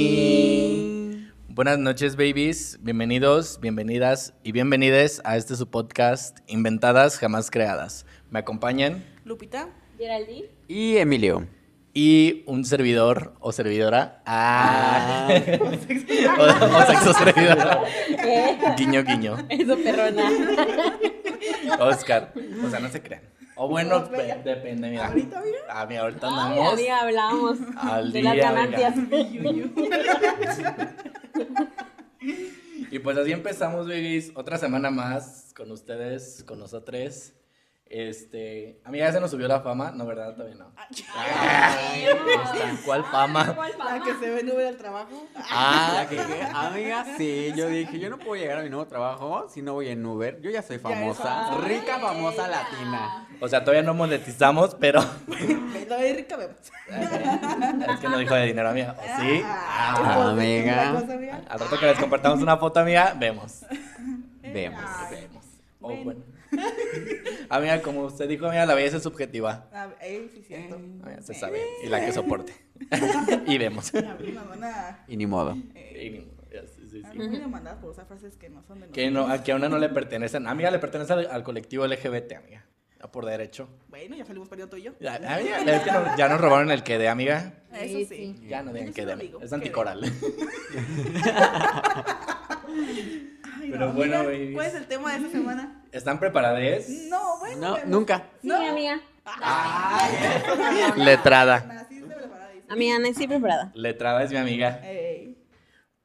Ay. Buenas noches, babies. Bienvenidos, bienvenidas y bienvenides a este su podcast Inventadas Jamás Creadas. ¿Me acompañan? Lupita. Geraldine. Y Emilio. Y un servidor o servidora. Ah. o, o sexo servidora. Guiño, guiño. Eh, Eso, perrona. Oscar. O sea, no se crean. O bueno, Pues, vaya. pe- depende, mira. Ahorita, mira. Ah, mira, ahorita Al andamos. día hablamos Al de las día, ganancias. Y pues así empezamos, babies. Otra semana más con ustedes, con nosotros. Este, amiga, ya se nos subió la fama, no, ¿verdad? Todavía no. Ay, pues, ¿Cuál fama? La que se ve en Uber al trabajo. Ah, que, que- amiga, sí, yo dije, yo no puedo llegar a mi nuevo trabajo si no voy en Uber. Yo ya soy famosa, famosa. rica, famosa latina. O sea, todavía no monetizamos, pero La ve rica, vemos. es que no dijo de dinero, amiga. ¿O sí? Ah. Ah, amiga. Una cosa, amiga. Al rato que les compartamos una foto, amiga, vemos. Vemos. Vemos. O Ven. bueno. Amiga, como usted dijo, amiga, la belleza es subjetiva. Ah, eh, sí, cierto. Amiga, se sabe. Y la que soporte. y vemos. A mí me van a- eh, Y ni modo. Y ni modo, ya, sí, sí, a sí. mí me mandas por usar frases que no son de Que no, a que a una no le pertenecen. Amiga, le pertenece al, al colectivo LGBT, amiga. Ah, Por derecho. Bueno, ya salimos perdiendo tú y yo. Ya, amiga, es que no- ya nos robaron el que de, amiga. Eso Sí, sí. Ya no digan Yo que solo de. amiga. digo Es que de. anticoral. Ay, Pero no, bueno, amiga, babies. ¿Cuál es el tema de esta semana? ¿Están preparadas? No, bueno. Ah, No, vemos. nunca. Sí, No. amiga. Letrada. Naciste preparada. dice. Amiga, no estoy preparada. Letrada es mi amiga. Ey,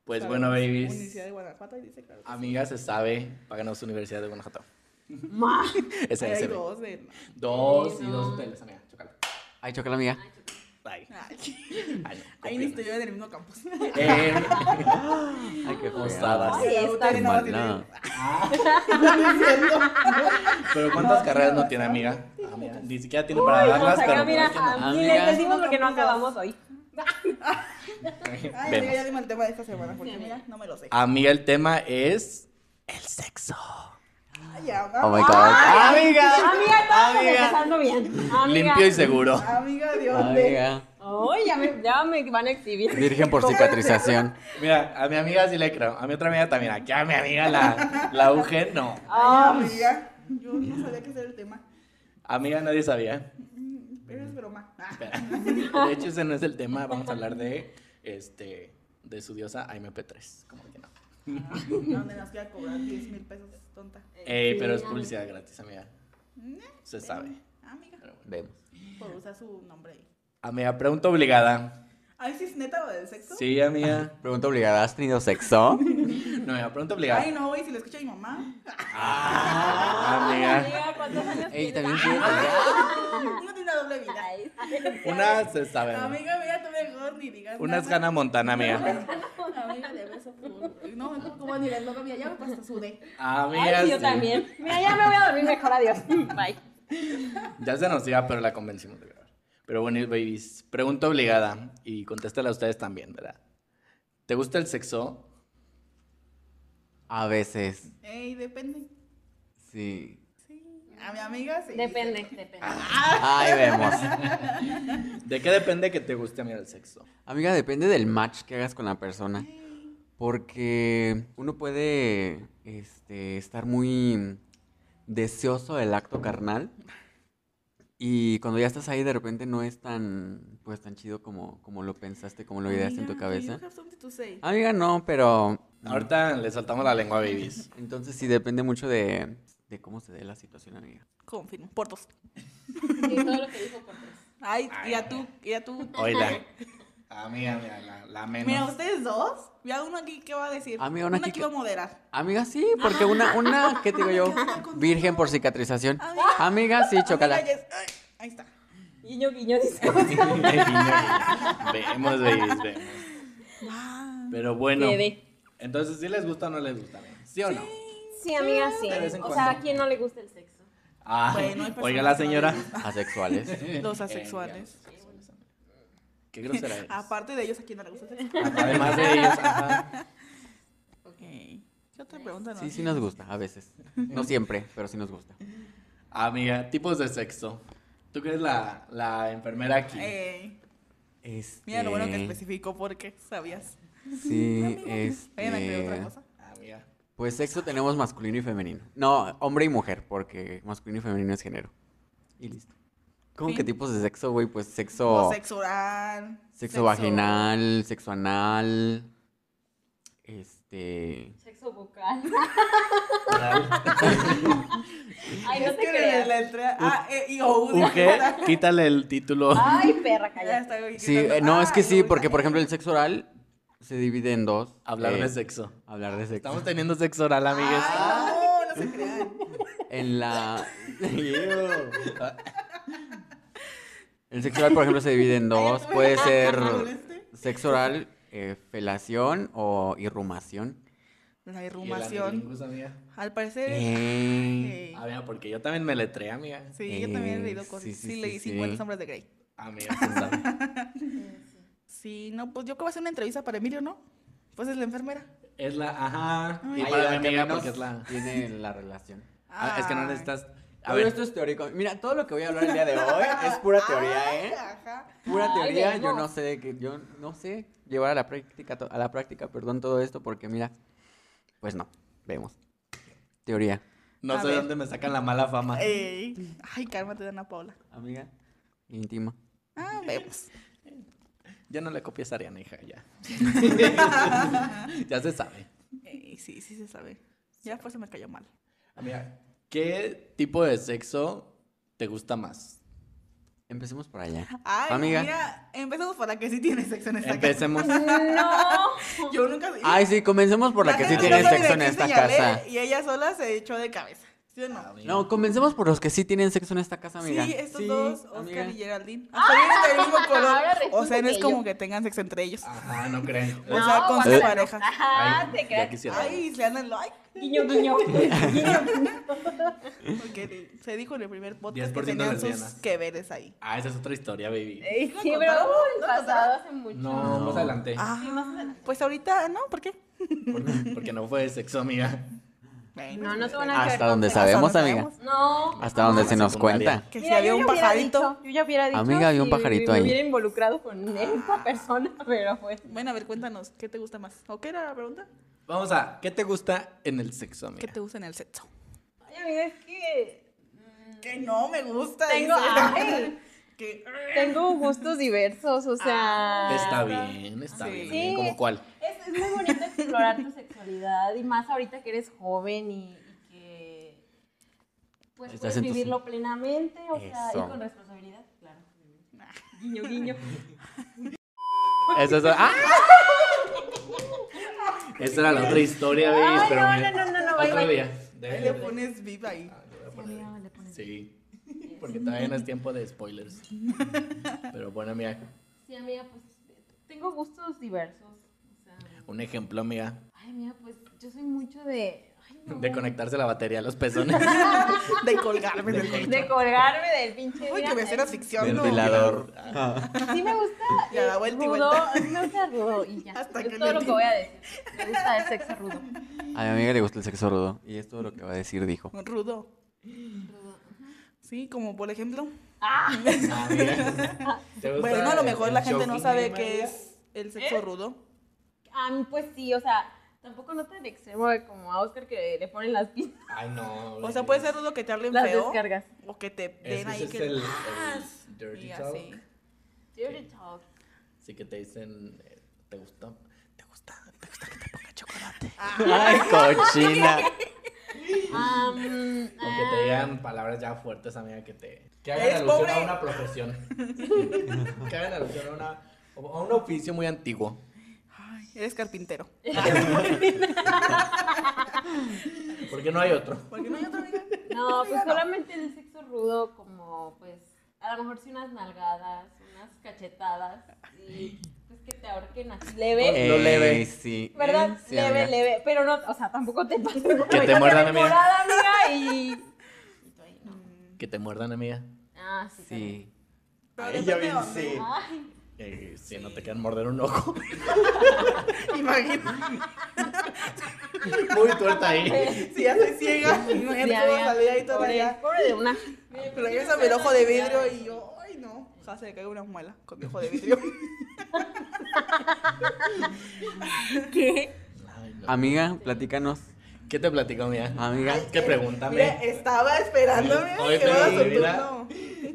Pues sabemos, bueno, babies. Universidad de Guanajuato y dice, claro. Amiga se sabe. Páganos Universidad de Guanajuato. Ma. Ese, Ay, ese. Dos, dos de- y dos peles, amiga. Chócala. Ay, chocala, amiga. Ay, Ay, ay, no, Ahí ni estoy yo en el mismo campus. Eh, Ay, qué Osadas. fea. Ay, esta Qué no, mala. Pero ¿cuántas carreras no tiene, amiga? Ah, mira, Ni siquiera tiene para Ay, nos darlas, acá, pero. mira, amiga. sí, le decimos porque no acabamos hoy. Ay, Vemos. Ah. amiga, ya dime el tema de esta semana porque mira, no me lo sé. Amiga, el tema es el sexo. Ay, ya, Oh my vamos. god. Amiga, Amiga, estamos amiga. empezando bien. Amiga. Limpio y seguro. Amiga, Dios mío. Amiga. Ay, ya me, ya me van a exhibir. Virgen por cicatrización. Mira, a mi amiga sí le creo. A mi otra amiga también. Aquí a mi amiga la, la UG, no. Ah, Amiga, yo no sabía qué hacer el tema. Amiga, nadie sabía. Pero es broma. Ah, De hecho, ese no es el tema. Vamos a hablar de este de su diosa AMP3. Como que no. donde nos queda cobrar 10 mil pesos, tonta. Eh, pero es publicidad gratis, amiga. Mm, Se sabe. Amiga, Vemos. por usar su nombre ahí. Amiga, pregunta obligada. Ay, si es neta lo del sexo. Sí, amiga. Pregunta obligada, ¿has tenido sexo? No, amiga, pregunta Ay, obligada. no, güey, si lo escucha mi mamá. Amiga. Amiga, ¿cuántos años Ah, Ey, tienes? también quiero- Uno tiene una doble vida. Ay, Una se sabe. amiga. Amiga, mira, tú mejor ni digas. Una es nada. Hannah Montana, amiga. Amiga, de beso puro. No, como ni del loco, mira, ya me pasó sudé. Amiga, Ay, yo Ah, sí. también. Mira, ya me voy a dormir mejor, adiós. Bye. Ya se nos iba, pero la convencimos de grabar. Pero bueno, babies, pregunta obligada y contéstala a ustedes también, ¿verdad? ¿Te gusta el sexo? A veces, Ey, depende. sí. A mi amiga, sí. Depende, depende. Ah. Ay, vemos. ¿De qué depende que te guste a mí el sexo? Amiga, depende del match que hagas con la persona. Porque uno puede este, estar muy deseoso del acto carnal. Y cuando ya estás ahí, de repente no es tan, pues, tan chido como, como lo pensaste, como lo ideaste en tu Amiga, do you cabeza. have something to say? Ah, Amiga, no, pero... Mm. Ahorita le saltamos la lengua, babies. Entonces sí depende mucho de, de cómo se dé la situación, amiga. Confirmo. Por dos. Sí, todo lo que dijo por tres. Ay, Ay, y a tú, y a tú. Oíla. Amiga, Ah, mira, la, la menos. Mira, ustedes dos. Mira, uno aquí, ¿qué va a decir? Amiga, una Uno aquí aquí que- va a moderar. Amiga, sí, porque una, una, ¿qué te digo yo? Virgen por cicatrización. Amiga, sí, chocala. Amiga, yes. Ay, Ahí está. Guiño, guiño, dice. vemos, babies, vemos. Pero bueno. Bebé. Entonces, ¿sí les gusta o no les gusta? amiga? ¿Sí o no? Sí, amiga, sí. De vez en O sea, ¿a cuando. quién no le gusta el sexo? Ah, Bueno, hay personas oiga la que no señora. les Asexuales. Los Eh, asexuales. Ah, ya, los asexuales, amiga. Qué grosera eres. Aparte de ellos, ¿a quién no le gusta el sexo? Además de ellos, ajá. Ok. ¿Qué otra pregunta? no? Sí, sí nos gusta, a veces. No siempre, pero sí nos gusta. Ah, Eh. Amiga, tipos de sexo. Tú que eres la, la enfermera aquí. Ey. Mira lo bueno que Este, especificó porque sabías. Sí, Vayan a creer otra este. cosa. Ah, Amiga. Pues sexo tenemos masculino y femenino. No, hombre y mujer, porque masculino y femenino es género. Y listo. ¿Cómo Fin. que tipos de sexo, güey? Pues sexo. O sexo oral. Sexo vaginal, sexo anal. Este. Sexo vocal. Ay, no Es te que le, creas. le entré. Ah, eh, y o UG, quítale el título. Ah. Ay, perra, Ya calla. está, güey, Sí, quitando. eh, no, es Ah, que y sí, luego porque por también. ejemplo el sexo oral se divide en dos. Hablar eh, de sexo. Hablar de sexo. Estamos teniendo sexo oral, amigues. Ay, no, no se crean. En la. Ah. el sexo oral, por ejemplo, se divide en dos. Puede ser este, sexo oral, eh, felación o irrumación. La Y el irrumación. anilingus, amiga. Al parecer. Eh, eh, Ah, mira, porque yo también me letré, amiga. Ah, Sí, yo también he eh, leído cosas. sí, Sí, sí, sí, leí sí. 50 sombras de Grey. Amiga, se sabe. Sí, no, pues yo que voy a hacer una entrevista para Emilio, ¿no? Pues es la enfermera. Es la, ajá. Ay, y ay, para la mi que amiga, menos porque es la. Tiene pues, la relación. Ah, es que no Ay. necesitas. A Todo ver, esto es teórico. Mira, todo lo que voy a hablar el día de hoy es pura Ah. teoría, Ay, ¿eh? ajá. Pura Ay, teoría, yo veremos. no sé de que yo no sé llevar a la práctica to- a la práctica, perdón, todo esto porque mira, pues no, vemos. Teoría, no a sé ver. Eh. dónde me sacan la mala fama. Ah. Ey. Ay, cálmate, Dana Paula. amiga íntima. Ah, vemos. Ya no le copies a Ariana, hija, ya. ya se sabe. Ey, sí, sí se sabe. Ya pues se me cayó mal. Amiga, ¿qué tipo de sexo te gusta más? Empecemos por allá. Ay, Amiga. mira, empezamos por la que sí tiene sexo en esta casa. Empecemos. No. Yo nunca... Ay, sí, comencemos por la que sí gente tienen no sabe de sexo en qué esta señalé casa. Y ella sola se echó de cabeza. ¿Sí o no? Amiga. No, comencemos por los que sí tienen sexo en esta casa, amiga. Sí, estos Sí, dos, Oscar amiga. y Geraldine. Hasta vienen del mismo color. Ah, Ahora resulta O sea, no es que como yo- que tengan sexo entre ellos. Ajá, no creen. o sea, con guácala. sus parejas. Ajá, te ya creas. quisiera. Ay, se andan like. Guiño, guiño. Porque se dijo en el primer podcast que 10% tenían sus lesbianas. que veres ahí. Ah, esa es otra historia, baby. Ey, ¿No Sí, pero contaron? uy, ¿No pasado hace mucho. No, No. más adelante. Sí, Ah, más o menos. pues ahorita, ¿no? ¿Por qué? Porque, porque no fue de sexo, amiga. Bueno, No, no tengo nada que ver Hasta con donde sexo. sabemos, donde amiga. sabemos. No. Hasta donde La se nos secundaria. cuenta. Que si Mira, había yo un ya hubiera pajarito. dicho, yo ya hubiera dicho. Amiga, había un si pajarito Me ahí. hubiera involucrado con esta persona, pero pues. Bueno, a ver, cuéntanos, ¿qué te gusta más? ¿O qué era la pregunta? Vamos a, ¿qué te gusta en el sexo, amiga? ¿Qué te gusta en el sexo? Ay, amiga, es que. mm, Que no me gusta. Tengo. dice. ay, Que- tengo gustos diversos, o sea. Está bien, está Sí. bien. Sí. ¿Cómo cuál? Es, es muy bonito explorar tu sexualidad y más ahorita que eres joven y, y que pues Estás puedes en tu- vivirlo plenamente, o sea, Eso. y con responsabilidad, claro. Guiño, guiño. Esa es... ¡Ah! Esa era la otra historia, baby. Ay, pero no, mira, no, no, no, no, bye, Otro bye. día. Ahí Déjame- le pones viva ahí. le voy a poner- Amiga, le pones- Sí, porque todavía no es tiempo de spoilers. Pero bueno, amiga, Sí, amiga, pues tengo gustos diversos. O sea, un ejemplo, amiga, ay, amiga, pues yo soy mucho de. Ay, no. de conectarse la batería a los pezones. De colgarme del colchón. De colgarme del pinche. Uy, que me hacía ay, asfixión. no. Ventilador. Sí me gusta. Y a la eh, vuelta y rudo, vuelta. sí me gusta rudo y ya. Hasta es que todo le lo que di- voy a decir. Me gusta el sexo rudo. A mi amiga le gusta el sexo rudo y esto es lo que va a decir dijo. Rudo. Sí, como por ejemplo. Amiga, ¿te gusta Bueno, a lo mejor el la gente no choking, sabe amiga? qué es el sexo ¿Eh? rudo. A mí, pues sí, o sea, tampoco no tan extremo de como a Oscar que le ponen las pin- Ay, no. O sea, puede ser rudo que te hablen las feo. descargas. O que te Ese den ahí es que. el, el Y dirty talk. así. Dirty talk. Así que te dicen, eh, ¿te gustó? ¿Te gusta? Ah. ¿Te gusta que te ponga chocolate? Ay, cochina. Am, eh, O que te digan palabras ya fuertes, amiga, que te... Que hagan Eres alusión a pobre. una profesión. que hagan alusión a, una, a un oficio muy antiguo. Ay, eres carpintero. Porque no hay otro. Porque no hay otra amiga. no, pues solamente el sexo rudo, como pues, a lo mejor sí unas nalgadas, unas cachetadas, y pues que te ahorquen así leve. Eh, Lo leve. Ey, Sí. ¿Verdad? Sí, leve, amiga. leve. Pero no, o sea, tampoco te pases. Que te muerdan, amiga. temporada, amiga. Y. y tú ahí, no. Que te muerdan, amiga. Ah, sí. Sí. Pero Ay, depende ya dónde. vi, Ay, Eh, si no te quedan morder un ojo. Imagínate. Muy tuerta ahí. Si ya soy ciega. Imagínate sí, cómo amiga. salía y todo pobre, allá. pobre de una. Regrésame el ojo de vidrio y yo. Ay, no. Ojalá se le caiga una muela con mi ojo de vidrio. ¿Qué? Ay, no. Ah, Amiga, platícanos. ¿Qué te platicó, mía? Amiga, ¿Qué pregúntame? Mira, estaba esperándome Hoy que te fuera di su vida. turno.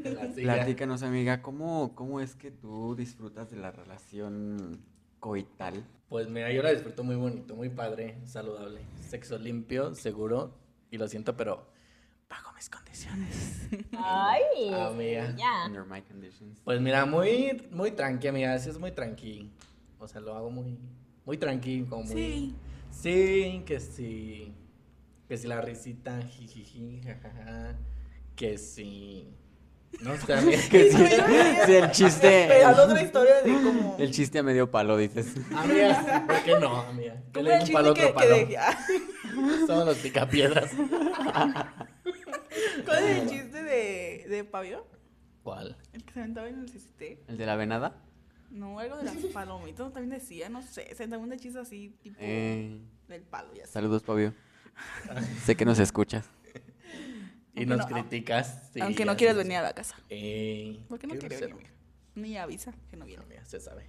Te la sigue. platícanos, amiga, ¿cómo, ¿cómo es que tú disfrutas de la relación coital? Pues mira, yo la disfruto muy bonito, muy padre, saludable. Sexo limpio, seguro. Y lo siento, pero bajo mis condiciones. Ay. Amiga. Ya. Under my conditions. ah, Pues mira, muy, muy tranqui, amiga. Sí, es muy tranqui. O sea, lo hago muy, muy tranqui, como muy... Sí. Sí, que sí. Que si la risita, jijiji, jajaja. Que sí. No sé, amiga. Que sí, sí, el chiste. Esperando otra historia de como. El chiste a medio palo, dices. Amiga, ¿por qué no, amiga? Que le como el den un chiste palo que- otro que palo. de- ah, Somos los picapiedras. ¿Cuál es el chiste de, de Pablo? ¿Cuál? El que se aventaba en el CCT. ¿El de la venada? No, algo de las palomitas también decía, no sé. Se aventaba un hechizo así, tipo. Eh, Del palo, ya sé. saludos, Pabio. Sé que nos escuchas. Y Aunque nos no- criticas. sí, Aunque ya no quieras sé. venir a la casa. Ey, ¿Por qué no quiere grosero. venir, amiga? Ni avisa que no viene. No, amiga, se sabe.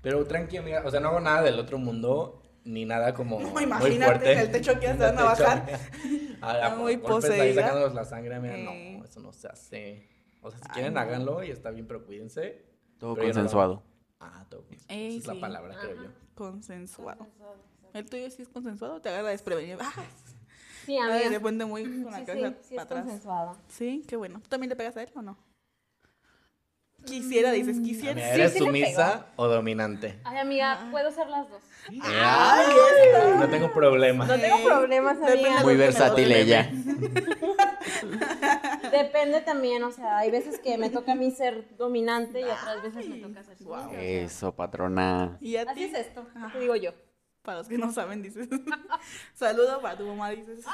Pero tranqui, amiga. O sea, no hago nada del otro mundo. Ni nada como. No, muy imagínate fuerte. en el techo que ya se En el van a techo, bajar. amiga. A la- No, muy golpes ahí poseída. sacándonos la sangre, amiga. Ey. No, eso no se hace. O sea, si Ay, quieren, no. háganlo y está bien, pero cuídense. Todo Pero yo no lo consensuado. Ah, todo bien. Ey, Esa es la sí. palabra, creo Ajá. yo. Consensuado. ¿El tuyo sí es consensuado o te agarra desprevenido? Ah, Sí, de amiga. repente muy con la Sí, cabeza sí, sí para es atrás. consensuado. Sí, qué bueno. ¿Tú también le pegas a él o no? Quisiera, Mm, dices, quisiera. Amiga, sí, ¿Eres sí le sumisa o dominante? Ay, amiga, puedo ser las dos. Ay, no tengo problema. No tengo Ey, problemas, depende amiga. Muy Algo que me versátil duele. ella. Depende también, o sea, hay veces que me toca a mí ser dominante y otras veces me toca ser Guau. sumisa. Eso, patrona. Y a Así ti, es esto, te digo yo. para los que no saben, dices. Saludo para tu mamá, dices.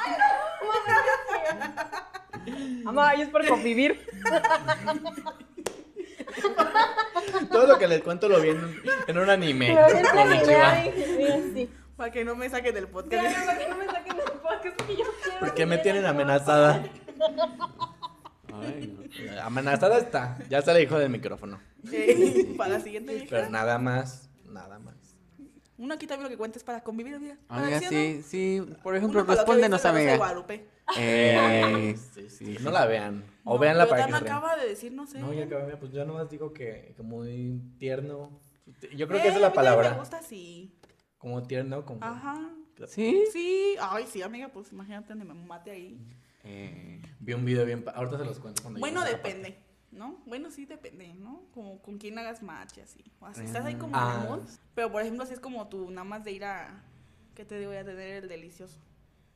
Mamá, yo es por convivir. Todo lo que les cuento lo vi en, en un anime. Pero yo Con terminé Ichiba. ahí, sí, sí. Para que no me saquen del podcast. Claro, para que no me saquen del podcast que yo quiero. ¿Por qué me seguir tienen en el amenazada? Ay, no. Amenazada está. Ya se le dijo del micrófono. Ey, para la siguiente Pero vieja. nada más, nada más. Uno aquí también lo que cuenta es para convivir, amiga. Ah, Amiga, ¿Para o no? sí, sí. Por Uno para ejemplo, lo que respóndenos, dice la Rosa de amiga. Guadalupe. Eh, Sí, sí, No la vean. O No, veanla pero para que Dan se rían. acaba de decir, no sé. No, ya acabé. Pues yo nomás digo que, que muy tierno. Yo creo Ey, que esa es Eh, a la mí también Me palabra. gusta así. Como tierno, como. Ajá. sí. Sí, ay, sí, amiga, pues imagínate donde me mate ahí. Eh, Vi un video bien. pa- Ahorita se los cuento. cuando Bueno, lleguemos a esa depende, ¿no? Bueno, sí, depende, ¿no? Como con quién hagas match y así. O así estás ahí como Ah. en el mood. Pero, por ejemplo, si es como tú, nada más de ir a... ¿Qué te digo? Voy a tener el delicioso.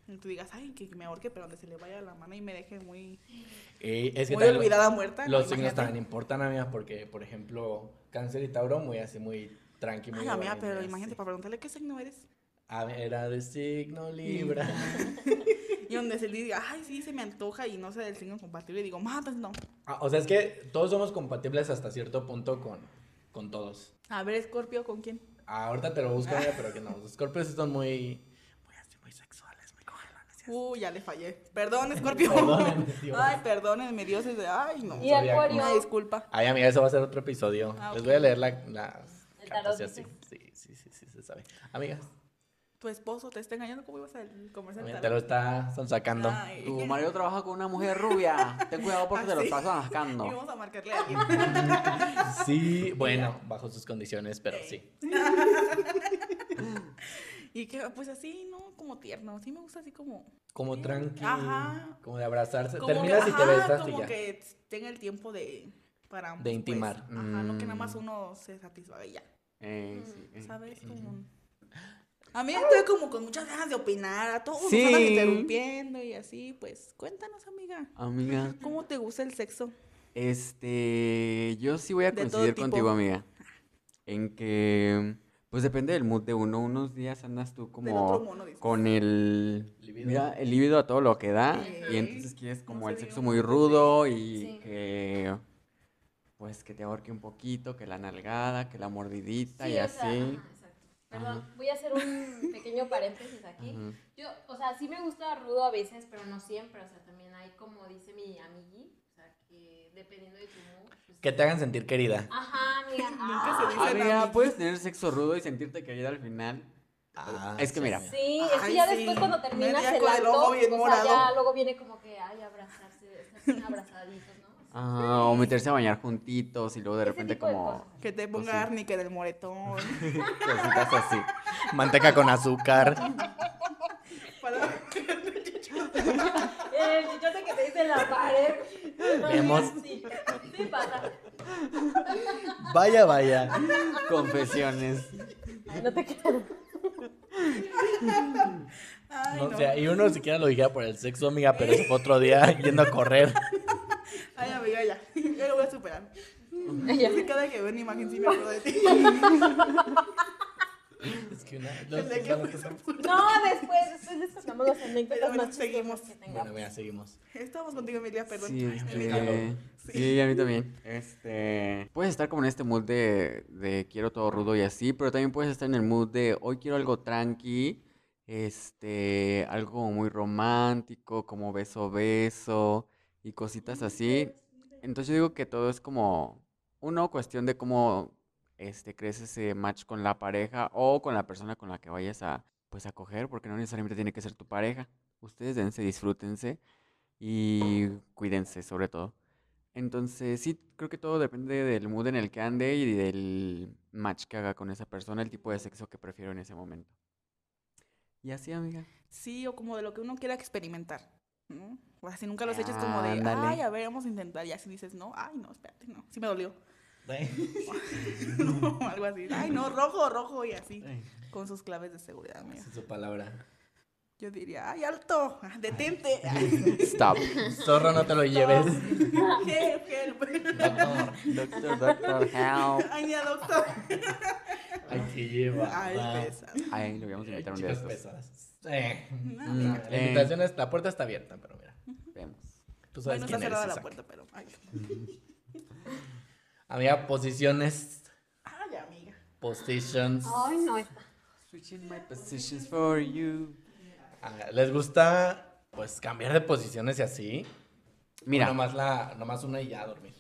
Y tú digas, ay, que me ahorque, pero donde se le vaya la mano y me deje muy, parte. Eh, es que muy también lo- olvidada, muerta. pues, Los imagínate. signos también importan, amiga, porque, por ejemplo, Cáncer y Tauro, muy así, muy tranqui, muy Ay, amiga, bohemia, pero así. imagínate, para preguntarle qué signo eres. A ver, era de signo Libra. Y donde se le diga, ay, sí, se me antoja y no sé del signo compatible. Y digo, matas, no. Ah, o sea, es que todos somos compatibles hasta cierto punto con, con todos. A ver, Scorpio, ¿con quién? Ahorita te lo busco, amiga, pero que no. Los escorpios sí son muy. Muy así, muy sexuales, muy cogelones. Uy, ya le fallé. Perdón, Scorpio. Perdónenme, Dios. Ay, perdónenme, Dios. es de- Ay, no. Y Acuario. Una disculpa. Ay, amiga, eso va a ser otro episodio. Ah, Les ok. voy a leer la, las El tarot, cartas y así. dices. Sí, sí, sí, sí, se sabe. Amigas, tu esposo te está engañando, ¿cómo ibas al comercial? amiga, te lo está sacando. Ay. tu marido trabaja con una mujer rubia. Ten cuidado porque te lo Así. estás Y rascando. vamos a marcarle a alguien. Sí, bueno, bajo sus condiciones, pero sí. y que, pues así, ¿no? Como tierno. Sí me gusta así como... Como Sí. tranqui, Ajá. como de abrazarse. como Terminas que- y te ajá, besas y Como ya. que tenga el tiempo de... Para ambos, De pues. intimar. Ajá, no que nada Mm. más uno se satisfaga y ya. Eh, sí, eh. ¿Sabes? Como... A mí estoy como con muchas ganas de opinar. A todos Sí. nos andan interrumpiendo y así. Pues cuéntanos, amiga. Amiga, ¿Cómo te gusta el sexo? este, yo sí voy a De todo coincidir tipo. contigo, amiga. En que, pues depende del mood de uno. Unos días andas tú Del otro como mono, dices. con el, Líbido. mira, el líbido a todo lo que da. Y Ey, entonces quieres no como se el diga. sexo muy rudo y Sí. que, pues que te ahorque un poquito, que la nalgada, que la mordidita Sí, y o sea, ajá, así. exacto. Perdón, voy a hacer un pequeño paréntesis aquí. Ajá. Yo, o sea, sí me gusta rudo a veces, pero no siempre. O sea, también hay como dice mi amigui, o sea, que eh, dependiendo de tu mood. pues- Que te hagan sentir querida. Ajá, mira. Nunca se dice. Amiga, Ah, puedes tener sexo rudo y sentirte querida al final. Ah, es que sí, mira, Sí, es que Ay, ya sí. después cuando terminas Media el con el acto, ojo bien o sea, morado. ya luego viene como que, ay, abrazarse, estar bien abrazaditos, ¿no? ah, o meterse a bañar juntitos y luego de Ese repente tipo de como cosas. Que te pues ponga sí. árnica en el moretón. cositas así. Manteca con azúcar. Para- Eh, El chichote que te dice en la pared. Vemos. Sí, sí pasa. Vaya, vaya. Confesiones. Ay, No te quedas. Ay, No, no. o sea, y uno ni siquiera lo dijera por el sexo, amiga, pero eso fue otro día yendo a correr. Ay, amiga, ya. Yo lo voy a superar. Ya. Sí, Cada que veo una imagen sí me acuerdo de ti. Es que una- De que fue esa puta. No, después, después les contamos las Pero anécdotas bueno, más seguimos. seguimos. que Bueno, tengamos. mira, seguimos. Estamos contigo, Emilia, perdón. Sí, Ay, este, Emilia. sí. a mí también. Este, puedes estar como en este mood de, de quiero todo rudo y así, pero también puedes estar en el mood de hoy quiero algo tranqui, este, algo como muy romántico, como beso beso y cositas así. Entonces yo digo que todo es como una cuestión de cómo este crees ese match con la pareja o con la persona con la que vayas a pues a coger, porque no necesariamente tiene que ser tu pareja. Ustedes dense, disfrútense y cuídense sobre todo. Entonces, sí, creo que todo depende del mood en el que ande y del match que haga con esa persona, el tipo de sexo que prefiero en ese momento. Y así, amiga. Sí, o como de lo que uno quiera experimentar, ¿no? O sea, si nunca los has hecho es como de, Ándale. ay, a ver, vamos a intentar. Y así dices, no, ay, no, espérate, no. Sí me dolió. No, algo así. Ay, no, rojo, rojo y así. Con sus claves de seguridad, amiga. Esa es su palabra. Yo diría, ay, alto, detente. Stop. Zorro, no te lo lleves. Help, help. Doctor, Doctor, doctor, help. Ay, mira, doctor. Ay, que lleva. Ay, va. pesa. Ay, lo vamos a invitar un día de Chicas estos. pesadas. Eh. No, Mm, mira. La eh, invitación es, la puerta está abierta, pero mira. vemos. Tú Pues, sabes Bueno, está quién eres, cerrada la Isaac. puerta, pero. Ay, Había posiciones, ay, amiga. positions. Ay, no, está. Switching my positions for you. Ah, ¿Les gusta, pues, cambiar de posiciones y así? Mira, O Nomás, la, nomás una y ya a dormir.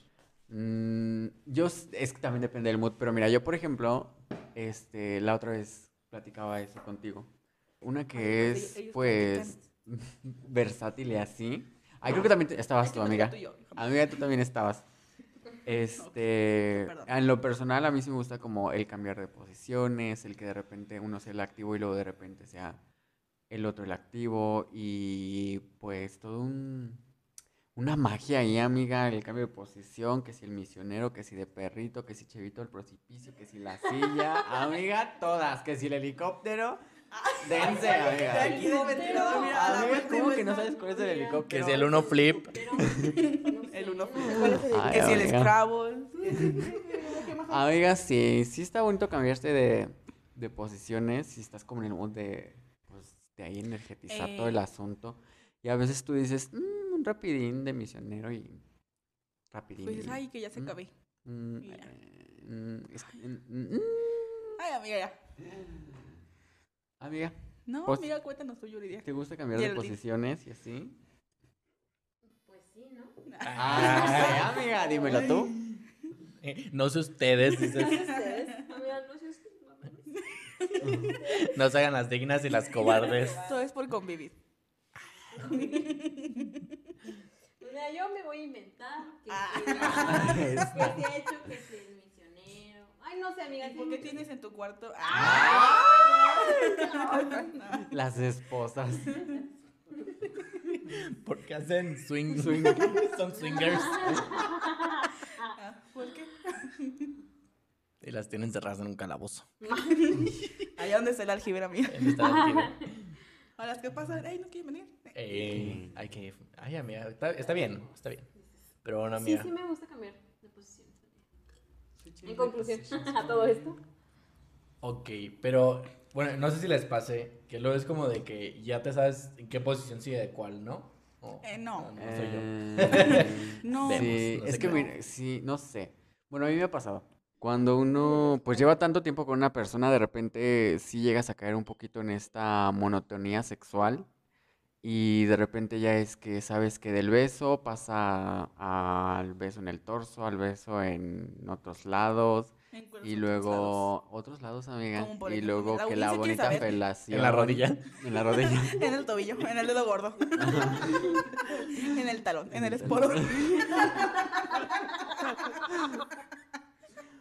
Mm, yo, s- es que también depende del mood, pero mira, yo por ejemplo, este, la otra vez platicaba eso contigo. Una que Ay, ellos- es, ellos pues, versátil y así. Ay, creo Ah, que también te- estabas Ay, tú, qué amiga. bonito tú y yo, hija. Amiga, tú también estabas. Este, perdón. en lo personal, a mí sí me gusta como el cambiar de posiciones, el que de repente uno sea el activo y luego de repente sea el otro el activo y pues todo un, una magia ahí, amiga, el cambio de posición, que si el misionero, que si de perrito, que si Chevito el precipicio, que si la silla, amiga, todas, que si el helicóptero, dense, De amiga. Ah. aquí de ventilador, mira, a la Amiga, vuelta y ¿cómo que vuelta. no sabes cuál es el Que helicóptero? si el uno flip, El uno. Ay, Que si el amiga. Scrabble. Amiga, sí, sí está bonito cambiarte de, de posiciones, si estás como en el mood de, pues, de ahí energetizar todo el Eh. asunto. Y a veces tú dices, "Mm, un rapidín de misionero y rapidín. Pues dices, y, ay, que ya se mm, acabé. mm, mira. eh, mm, es- mm, mm". Ay, amiga, ya. Amiga, No, Pues- mira, cuéntanos tú, Yuridia. ¿te gusta cambiar de Geraldine. posiciones y así? Pues sí, ¿no? Ah, no sé, amiga, dímelo tú. eh, no sé ustedes, dices, Ustedes, amiga, no sé ustedes, mamá. no se hagan las dignas y las cobardes. Todo es por convivir. O sea, yo me voy a inventar que Ah. sí, que sí he hecho, que sí el misionero. Ay, no sé, amiga. ¿Y sí por hay qué muchas- tienes en tu cuarto? ¡Ah! Las esposas. Porque hacen swing, Swing. son swingers. ¿Por qué? Y las tienen cerradas en un calabozo. Allá donde está el aljibe, amiga. En esta actividad. A las que pasan, ¡ay, no quieren venir! Eh, hay que. Ay, amiga, está, está bien, está bien. Pero bueno, Sí, amiga. sí me gusta cambiar de posición. En conclusión a todo esto. Ok, pero bueno, no sé si les pase que luego es como de que ya te sabes en qué posición sigue de cuál, ¿no? O- Eh, no. No, soy yo. Eh, No. Vemos, Sí, no es sé que cómo. mira, sí, no sé. Bueno, a mí me ha pasado. Cuando uno pues lleva tanto tiempo con una persona, de repente sí llegas a caer un poquito en esta monotonía sexual Y de repente ya es que sabes que del beso pasa al beso en el torso, al beso en otros lados. En cuernos Y en todos lados. luego, otros lados, amiga. Como por y ejemplo, luego la que la audiencia quiere bonita saber. felación. ¿En la rodilla? En la rodilla. En el tobillo, en el dedo gordo. en el talón, en el esporo.